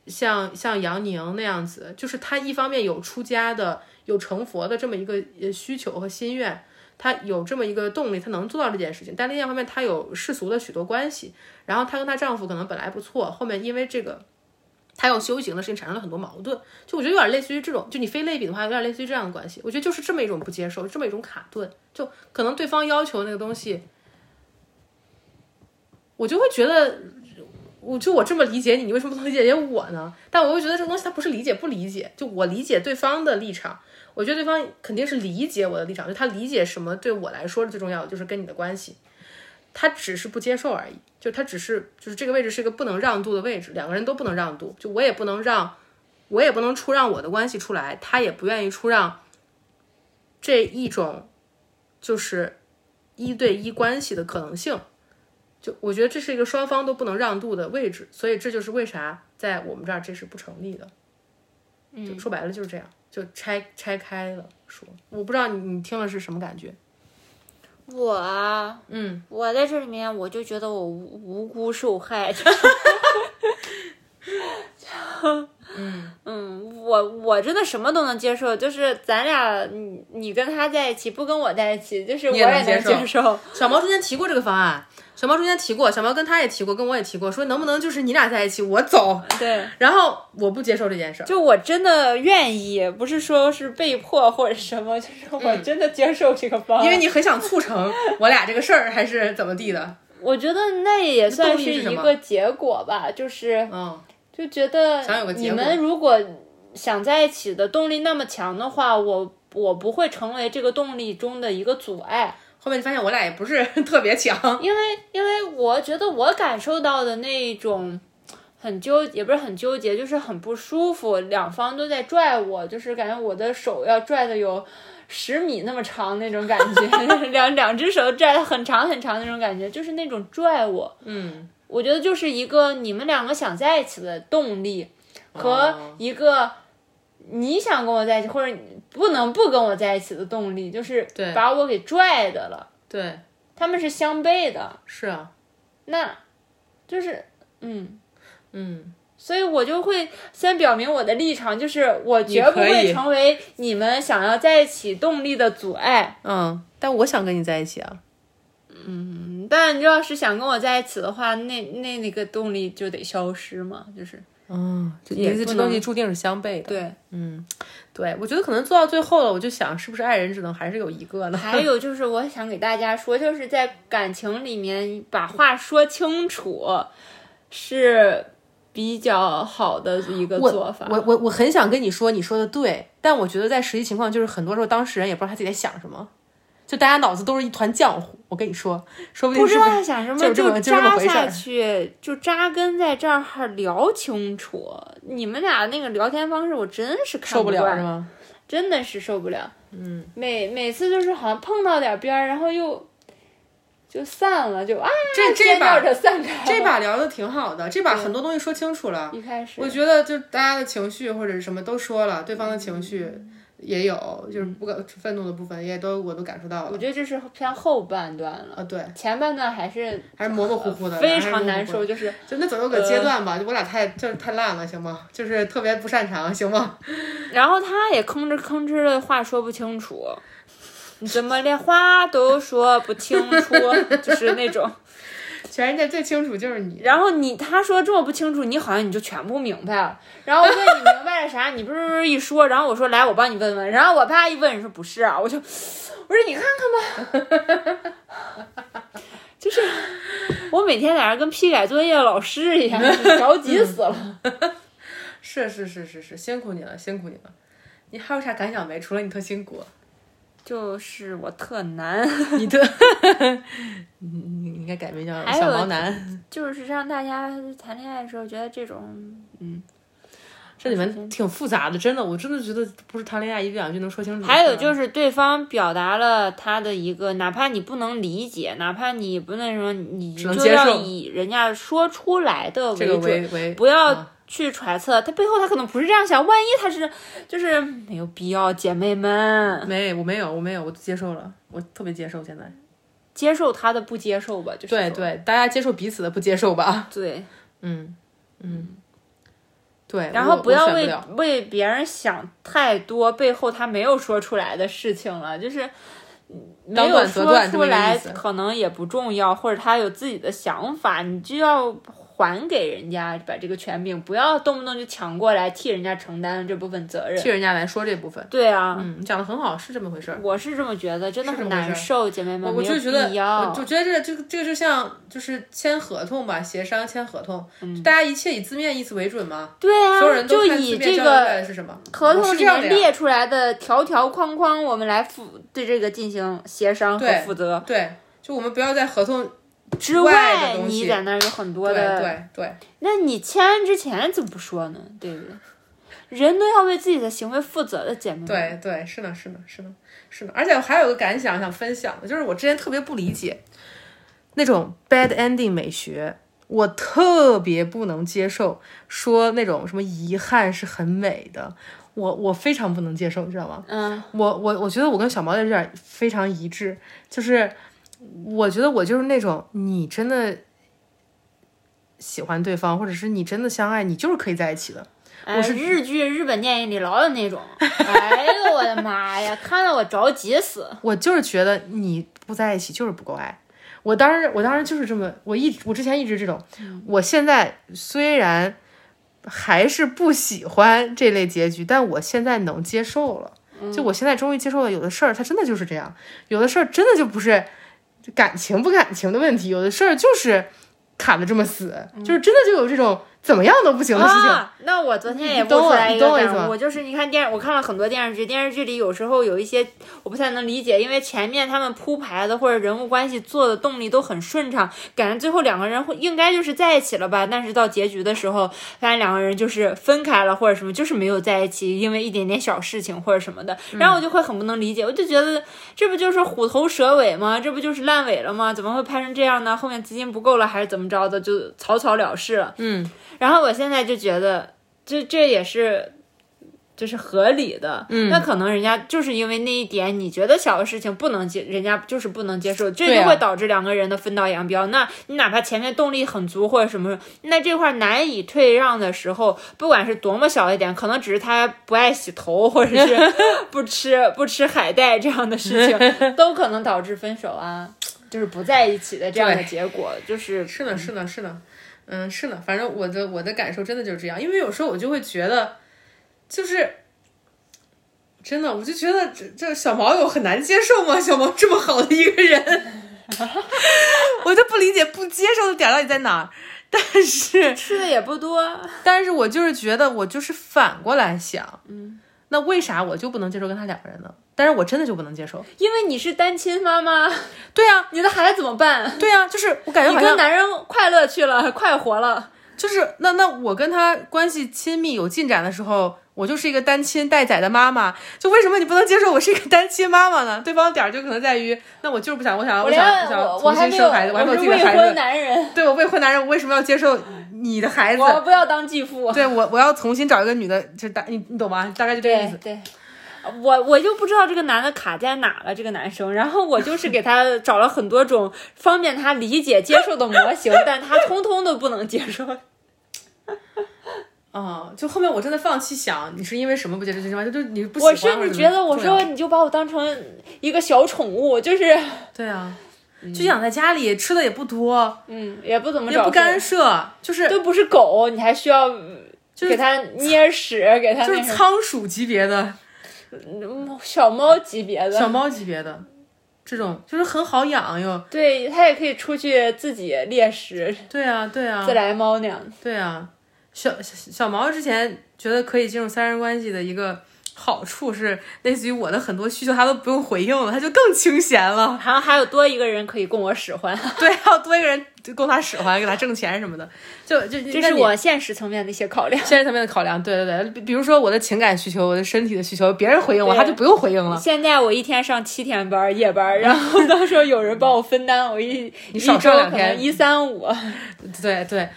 Speaker 2: 像像杨宁那样子，就是他一方面有出家的、有成佛的这么一个呃需求和心愿，他有这么一个动力，他能做到这件事情。但另一方面，他有世俗的许多关系，然后她跟她丈夫可能本来不错，后面因为这个。她有修行的事情产生了很多矛盾，就我觉得有点类似于这种，就你非类比的话，有点类似于这样的关系。我觉得就是这么一种不接受，这么一种卡顿，就可能对方要求那个东西，我就会觉得，我就我这么理解你，你为什么不能理解我呢？但我又觉得这个东西它不是理解不理解，就我理解对方的立场，我觉得对方肯定是理解我的立场，就他理解什么对我来说是最重要的，就是跟你的关系，他只是不接受而已，就他只是就是这个位置是一个不能让渡的位置，两个人都不能让渡，就我也不能让，我也不能出让我的关系出来，他也不愿意出让这一种就是一对一关系的可能性。就我觉得这是一个双方都不能让渡的位置，所以这就是为啥在我们这儿这是不成立的。就说白了就是这样，就拆拆开了说。我不知道你你听了是什么感觉？
Speaker 1: 我啊，
Speaker 2: 嗯，
Speaker 1: 我在这里面我就觉得我无无辜受害，就是
Speaker 2: *laughs* 嗯
Speaker 1: 嗯，我我真的什么都能接受，就是咱俩你你跟他在一起，不跟我在一起，就是我
Speaker 2: 也
Speaker 1: 也
Speaker 2: 能
Speaker 1: 能
Speaker 2: 接受
Speaker 1: 接受。
Speaker 2: 小毛中间提过这个方案，小毛中间提过，小毛跟他也提过，跟我也提过，说能不能就是你俩在一起，我走。
Speaker 1: 对，
Speaker 2: *laughs* 然后我不接受这件事儿，
Speaker 1: 就我真的愿意，不是说是被迫或者什么，就是我真的接受这个方案。
Speaker 2: 嗯因为你很想促成我俩这个事儿，还是怎么地的？
Speaker 1: 我觉得那也算
Speaker 2: 动力是什
Speaker 1: 一
Speaker 2: 么
Speaker 1: 个结果吧，就是
Speaker 2: 嗯，
Speaker 1: 就觉得
Speaker 2: 想有个
Speaker 1: 你
Speaker 2: 结果
Speaker 1: 们如果想在一起的动力那么强的话，我我不会成为这个动力中的一个阻碍，
Speaker 2: 后面你发现我俩也不是 *laughs* 特别强，
Speaker 1: 因为因为我觉得我感受到的那种。很纠，也不是很纠结，就是很不舒服，两方都在拽我，就是感觉我的手要拽的有十米那么长那种感
Speaker 2: *laughs*
Speaker 1: 觉，两两只手拽的很长很长那种感觉，就是那种拽我。
Speaker 2: 嗯，
Speaker 1: 我觉得就是一个你们两个想在一起的动力，和
Speaker 2: 哦
Speaker 1: 一个你想跟我在一起，或者你不能不跟我在一起的动力，就是
Speaker 2: 对
Speaker 1: 把我给拽的了。
Speaker 2: 对，
Speaker 1: 他们是相悖的，
Speaker 2: 是啊，
Speaker 1: 那就是嗯，
Speaker 2: 嗯，
Speaker 1: 所以我就会先表明我的立场，就是我绝不
Speaker 2: 你可以
Speaker 1: 会成为你们想要在一起动力的阻碍。
Speaker 2: 嗯，但我想跟你在一起啊。
Speaker 1: 但你要是想跟我在一起的话，那那那个动力就得消失嘛，就是
Speaker 2: 嗯，就
Speaker 1: 也
Speaker 2: 意思
Speaker 1: 不
Speaker 2: 这东
Speaker 1: 能
Speaker 2: 西注定是相悖的。
Speaker 1: 对。
Speaker 2: 嗯，对，我觉得可能做到最后了，我就想是不是爱人只能还是有一个呢？
Speaker 1: 还有就是，我想给大家说，就是在感情里面把话说清楚是比较好的一个做法。
Speaker 2: 我我我很想跟你说，你说的对，但我觉得在实际情况就是，很多时候当事人也不知道他自己在想什么，就大家脑子都是一团浆糊。我跟你说，说不定
Speaker 1: 不知
Speaker 2: 是
Speaker 1: 道
Speaker 2: 不是
Speaker 1: 他想什么，
Speaker 2: 就是这么就是这么
Speaker 1: 扎
Speaker 2: 回事
Speaker 1: 下
Speaker 2: 儿
Speaker 1: 去，就扎根在这儿聊清楚。你们俩那个聊天方式，我真是看
Speaker 2: 受不了
Speaker 1: 惯
Speaker 2: 是吗？
Speaker 1: 真的是受不了。嗯，每每次就是好像碰到点边儿，然后又就散了，就啊，
Speaker 2: 这这
Speaker 1: 尖
Speaker 2: 把
Speaker 1: 叫着散开。
Speaker 2: 这把聊的挺好的，这把很多东西说清楚了。
Speaker 1: 一开始
Speaker 2: 我觉得就大家的情绪或者是什么都说了，对方的情绪也有，就是不敢愤怒的部分也都我都感受到了
Speaker 1: 我觉得这是偏后半段了，
Speaker 2: 啊。对，
Speaker 1: 前半段还是
Speaker 2: 还是模模糊糊的，
Speaker 1: 非
Speaker 2: 还是
Speaker 1: 常
Speaker 2: 模模糊
Speaker 1: 难
Speaker 2: 糊的
Speaker 1: 受，就是
Speaker 2: 就那总有个
Speaker 1: 呃
Speaker 2: 阶段吧，就我俩太就是太烂了，行吗？就是特别不擅长，行吗？ *laughs*
Speaker 1: 然后他也吭哧吭哧的话说不清楚， *laughs* 你怎么连话都说不清楚， *laughs* 就是那种。
Speaker 2: 全世界最清楚就是你。
Speaker 1: 然后你他说这么不清楚，你好像你就全部明白了。然后我问你明白了啥，你不是不是一说，然后我说来我帮你问问，然后我啪一问你说不是啊，我就我说你看看吧， *laughs* 就是我每天在那儿跟批改作业的老师一样，着急死了。
Speaker 2: 是是是是是，辛苦你了，辛苦你了。你还有啥感想没？除了你特辛苦，
Speaker 1: 就是我特难，
Speaker 2: 你特，你你应该改名叫
Speaker 1: 还有
Speaker 2: 小毛男。
Speaker 1: 就是让大家谈恋爱的时候觉得这种，嗯，
Speaker 2: 这里面挺复杂的，真的，我真的觉得不是谈恋爱一句两句能说清楚的事儿。
Speaker 1: 还有就是对方表达了他的一个，哪怕你不能理解，哪怕你不那什么，你
Speaker 2: 只能
Speaker 1: 就
Speaker 2: 接
Speaker 1: 要
Speaker 2: 受
Speaker 1: 以人家说出来的
Speaker 2: 这
Speaker 1: 为
Speaker 2: 个
Speaker 1: 准，
Speaker 2: 为为
Speaker 1: 不要
Speaker 2: 啊
Speaker 1: 去揣测他背后他可能不是这样想，万一他是就是没有必要，姐妹们
Speaker 2: 没我没有我没有我接受了，我特别接受现在。
Speaker 1: 接受他的不接受吧，就是
Speaker 2: 对
Speaker 1: 说
Speaker 2: 对，大家接受彼此的不接受吧。
Speaker 1: 对，
Speaker 2: 嗯嗯，对。
Speaker 1: 然后
Speaker 2: 我
Speaker 1: 不要
Speaker 2: 我选
Speaker 1: 为
Speaker 2: 了
Speaker 1: 为别人想太多背后他没有说出来的事情了，就是没
Speaker 2: 当
Speaker 1: 有
Speaker 2: 断则
Speaker 1: 说
Speaker 2: 断这
Speaker 1: 出
Speaker 2: 么个
Speaker 1: 来
Speaker 2: 意思
Speaker 1: 可能也不重要，或者他有自己的想法，你就要还给人家把这个权柄，不要动不动就抢过来替人家承担这部分责任。
Speaker 2: 替人家来说这部分。
Speaker 1: 对啊，
Speaker 2: 嗯，你讲的很好，是这么回事儿。
Speaker 1: 我是这么觉得，真的
Speaker 2: 是这
Speaker 1: 很
Speaker 2: 么回
Speaker 1: 难
Speaker 2: 事儿
Speaker 1: 受，姐妹们，
Speaker 2: 我
Speaker 1: 没
Speaker 2: 就
Speaker 1: 有
Speaker 2: 觉得，
Speaker 1: 必要
Speaker 2: 我就觉得这这个这个就像就是签合同吧，协商签合同，大家一切以字面意思为准嘛，
Speaker 1: 对啊，
Speaker 2: 所有人都
Speaker 1: 嗯就
Speaker 2: 看字
Speaker 1: 以
Speaker 2: 面
Speaker 1: 这
Speaker 2: 交流出
Speaker 1: 个
Speaker 2: 来的是什么？
Speaker 1: 合
Speaker 2: 我
Speaker 1: 同
Speaker 2: 是
Speaker 1: 里
Speaker 2: 这样
Speaker 1: 面
Speaker 2: 的呀，
Speaker 1: 列出来的条条框框，我们来负对这个进行协商和
Speaker 2: 对
Speaker 1: 负责。
Speaker 2: 对，就我们不要在合同
Speaker 1: 之
Speaker 2: 外
Speaker 1: 外
Speaker 2: 的，东西
Speaker 1: 你在那儿有很多
Speaker 2: 对
Speaker 1: 的。
Speaker 2: 对对
Speaker 1: 那你签之前怎么不说呢？对不对？人都要为自己的行为负责的，姐妹们。
Speaker 2: 对对，是呢是呢是呢是呢，而且我还有个感想想分享的，就是我之前特别不理解那种 bad ending 美学。我特别不能接受说那种什么遗憾是很美的，我我非常不能接受，你知道吗？
Speaker 1: 嗯，
Speaker 2: 我我我觉得我跟小毛在这点非常一致，就是我觉得我就是那种你真的喜欢对方，或者是你真的相爱，你就是可以在一起的。
Speaker 1: 哎，日剧、日本电影里老有那
Speaker 2: *laughs*
Speaker 1: 种，哎呦我的妈呀，看得我着急死。
Speaker 2: 我就是觉得你不在一起就是不够爱。我当时我当时就是这么，我一我之前一直这种，我现在虽然还是不喜欢这类结局，但我现在能接受了。就我现在终于接受了，有的事儿它真的就是这样，有的事儿真的就不是感情不感情的问题，有的事儿就是卡的这么死，就是真的就有这种
Speaker 3: 怎么样都不行的事情。
Speaker 1: 啊，那我昨天也
Speaker 3: 你
Speaker 1: 播
Speaker 3: 懂
Speaker 1: 出
Speaker 3: 我
Speaker 1: 来
Speaker 3: 你
Speaker 1: 一个
Speaker 3: 懂我意
Speaker 1: 感
Speaker 3: 思吗
Speaker 1: 悟，我就是你看电，我看了很多电视剧，电视剧里有时候有一些我不太能理解，因为前面他们铺排的或者人物关系做的动力都很顺畅，感觉最后两个人会应该就是在一起了吧，但是到结局的时候，发现两个人就是分开了或者什么，就是没有在一起，因为一点点小事情或者什么的，
Speaker 3: 嗯
Speaker 1: 然后我就会很不能理解，我就觉得这不就是虎头蛇尾吗？这不就是烂尾了吗？怎么会拍成这样呢？后面资金不够了还是怎么着的，就草草了事了。
Speaker 2: 嗯，
Speaker 1: 然后我现在就觉得，这这也是。就是合理的，嗯，那可能人家就是因为那一点，你觉得小的事情不能接，人家就是不能接受，这
Speaker 2: 对
Speaker 1: 就
Speaker 2: 啊
Speaker 1: 会导致两个人的分道扬镳。那你哪怕前面动力很足或者什么，那这块难以退让的时候，不管是多么小一点，可能只是他不爱洗头，或者是不吃不吃海带这样的事
Speaker 2: *laughs*
Speaker 1: 情，都可能导致分手啊，就是不在一起的这样的
Speaker 2: 对
Speaker 1: 结果，就是
Speaker 2: 是呢，是呢，是呢，嗯，是呢，反正我的我的感受真的就是这样，因为有时候我就会觉得，就是真的，我就觉得这这小毛有很难接受吗？小毛这么好的一个人， *laughs* 我就不理解不接受的点到底在哪儿。 *laughs* 但是，
Speaker 1: 吃的也不多，
Speaker 2: 但是我就是觉得，我就是反过来想，嗯，那为啥我就不能接受跟他两个人呢？但是我真的就不能接受。
Speaker 1: 因为你是单亲妈妈，
Speaker 2: 对呀、啊，
Speaker 1: 你的孩子怎么办？
Speaker 2: 对呀、啊，就是我感觉
Speaker 1: 你
Speaker 2: 好像
Speaker 1: 跟男人快乐去了，快活了，
Speaker 2: 就是那那我跟他关系亲密有进展的时候，我就是一个单亲带崽的妈妈。就为什么你不能接受我是一个单亲妈妈呢？对方的点儿就可能在于，那我就是不想，我想，
Speaker 1: 我连
Speaker 2: 想，我想
Speaker 1: 我我
Speaker 2: 重
Speaker 1: 还
Speaker 2: 新
Speaker 1: 没有，
Speaker 2: 生孩子，我还没有
Speaker 1: 我是
Speaker 2: 自己的
Speaker 1: 未
Speaker 2: 孩
Speaker 1: 婚
Speaker 2: 子。
Speaker 1: 男
Speaker 2: *laughs*
Speaker 1: 人，
Speaker 2: 对我未婚男人，我为什么要接受你的孩子？
Speaker 1: 我不要当继父。
Speaker 2: 对我，我要重新找一个女的，就大你你懂吗？大概就这个意思。
Speaker 1: 对。我我就不知道这个男的卡在哪了，这个男生，然后我就是给他找了很多种方便他理解接受的模
Speaker 2: *laughs*
Speaker 1: 型，但他通通都不能接受。
Speaker 2: 啊、就后面我真的放弃想，你是因为什么不接受这句话？就就你不喜欢
Speaker 1: 我甚
Speaker 2: 或者
Speaker 1: 至
Speaker 2: 怎么
Speaker 1: 觉得，我
Speaker 2: 对啊
Speaker 1: 说你就把我当成一个小宠物，就是
Speaker 2: 对啊，就养在家里，吃的也不多，
Speaker 1: 嗯，也不怎么
Speaker 2: 也
Speaker 1: 找
Speaker 2: 不干
Speaker 1: 事，
Speaker 2: 涉，就是
Speaker 1: 都不是狗，你还需要给它捏屎，给它
Speaker 2: 就是
Speaker 1: 那种
Speaker 2: 仓鼠级别的。
Speaker 1: 小猫级别
Speaker 2: 小
Speaker 1: 的，
Speaker 2: 猫级别的，这种就是很好养又。
Speaker 1: 对，它也可以出去自己猎食，
Speaker 2: 对啊，对啊
Speaker 1: 自，来猫那样的。
Speaker 2: 对啊。小小小毛之前觉得可以进入三人关系的一个好处是，类似于我的很多需求他都不用回应了，他就更清闲了。 *laughs*
Speaker 1: 好像还有多一个人可以供我使 *laughs* 唤，
Speaker 2: 对，还有多一个人供他使唤，给他挣钱什么的，就就
Speaker 1: 这
Speaker 2: 那
Speaker 1: 是
Speaker 2: 你
Speaker 1: 我现实层面的一些考量。
Speaker 2: 现实层面的考量。对对对，比比如说我的情感需求，我的身体的需求，别人回应我，他就不用回应
Speaker 1: *laughs*
Speaker 2: 了。
Speaker 1: 现在我一天上七天班儿夜班儿，然后到时候有人帮我分担，我一一
Speaker 2: 少
Speaker 1: 周
Speaker 2: 上两
Speaker 1: 可
Speaker 2: 天
Speaker 1: 能一三五，
Speaker 2: 对对，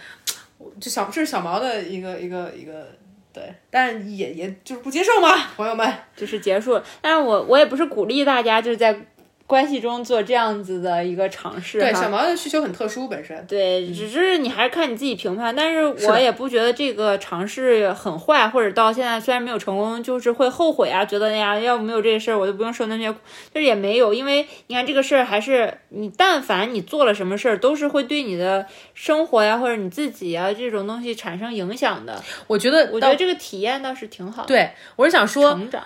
Speaker 2: 我就小这是小毛的一个一个一个对，但也也就是不接受嘛，朋友们。
Speaker 1: 就是结束了。但是我我也不是鼓励大家就是在关系中做这样子的一个尝试
Speaker 2: 对，
Speaker 1: 哈
Speaker 2: 小毛的需求很特殊，本身
Speaker 1: 对，只是你还是看你自己评判，但是
Speaker 2: 是
Speaker 1: 我
Speaker 2: 的
Speaker 1: 也不觉得这个尝试很坏，或者到现在虽然没有成功，就是会后悔啊，觉得哎呀，要不没有这个事儿，我就不用受那些苦，就是也没有，因为你看这个事儿还是你，但凡你做了什么事儿，都是会对你的生活呀，或者你自己呀这种东西产生影响的。
Speaker 2: 我觉得
Speaker 1: 我觉
Speaker 2: 到，
Speaker 1: 得这个体验倒是挺好的，
Speaker 2: 对我是想说，
Speaker 1: 成长。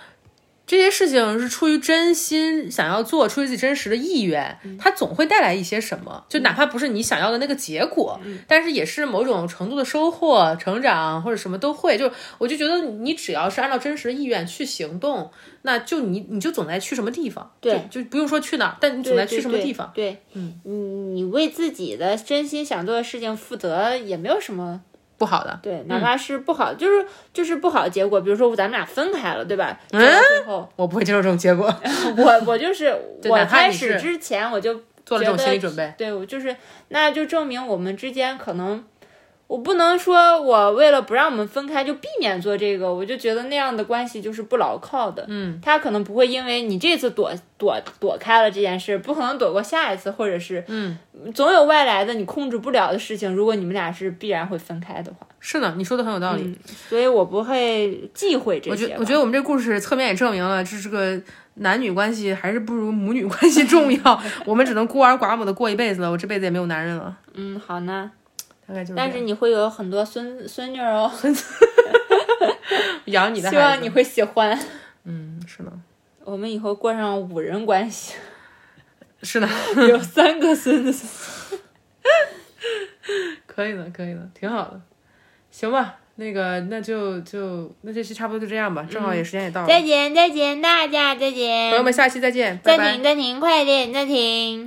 Speaker 2: 这些事情是出于真心想要做，出于自己真实的意愿，
Speaker 1: 嗯
Speaker 2: 它总会带来一些什么，就哪怕不是你想要的那个结果，
Speaker 1: 嗯
Speaker 2: 但是也是某种程度的收获、成长或者什么都会。就我就觉得你只要是按照真实的意愿去行动，那就你你就总在去什么地方，
Speaker 1: 对
Speaker 2: 就，就不用说去哪儿，但你总在去什么地方。
Speaker 1: 对，嗯，你你为自己的真心想做的事情负责，也没有什么
Speaker 2: 不好的，
Speaker 1: 对，哪怕是不好，就是就是不好的结果，比如说咱们俩分开了，对吧？嗯，最后
Speaker 2: 我不会接受这种结果，
Speaker 1: 我我就是
Speaker 2: *laughs* 对
Speaker 1: 我
Speaker 2: 哪怕
Speaker 1: 开
Speaker 2: 你
Speaker 1: 始
Speaker 2: 是
Speaker 1: 之前我就
Speaker 2: 做了这种
Speaker 1: 觉得
Speaker 2: 心理准备。
Speaker 1: 对我就是，那就证明我们之间可能。我不能说，我为了不让我们分开就避免做这个，我就觉得那样的关系就是不牢靠的。嗯，他可能不会因为你这次躲躲躲开了这件事，不可能躲过下一次，或者是嗯，总有外来的你控制不了的事情。如果你们俩是必然会分开的话，
Speaker 2: 是呢，你说的很有道理。
Speaker 1: 所以我不会忌讳这
Speaker 2: 我觉
Speaker 1: 些吧。
Speaker 2: 我觉得我们这故事侧面也证明了，就是这个男女关系还是不如母女关系
Speaker 1: *laughs*
Speaker 2: 重要。我们只能孤儿寡母的过一辈子了，我这辈子也没有男人了，
Speaker 1: 嗯，好呢。
Speaker 2: 大概就是这样。
Speaker 1: 但是你会有很多孙孙女儿哦，
Speaker 2: 养你的孩
Speaker 1: 希
Speaker 2: 子，
Speaker 1: 望你会喜欢。 *laughs*
Speaker 2: 嗯，是呢，
Speaker 1: 我们以后过上五人关系，
Speaker 2: 是呢，
Speaker 1: 有三个孙子。
Speaker 2: 可以的，可以的，挺好的。行吧，那个那就就那这期差不多就这样吧，正
Speaker 1: 嗯
Speaker 2: 好也时间也到了，
Speaker 1: 再见，再见，大家再
Speaker 2: 朋友
Speaker 1: 见，
Speaker 2: 们下期再见，拜拜
Speaker 1: 暂停，暂停，快点暂停。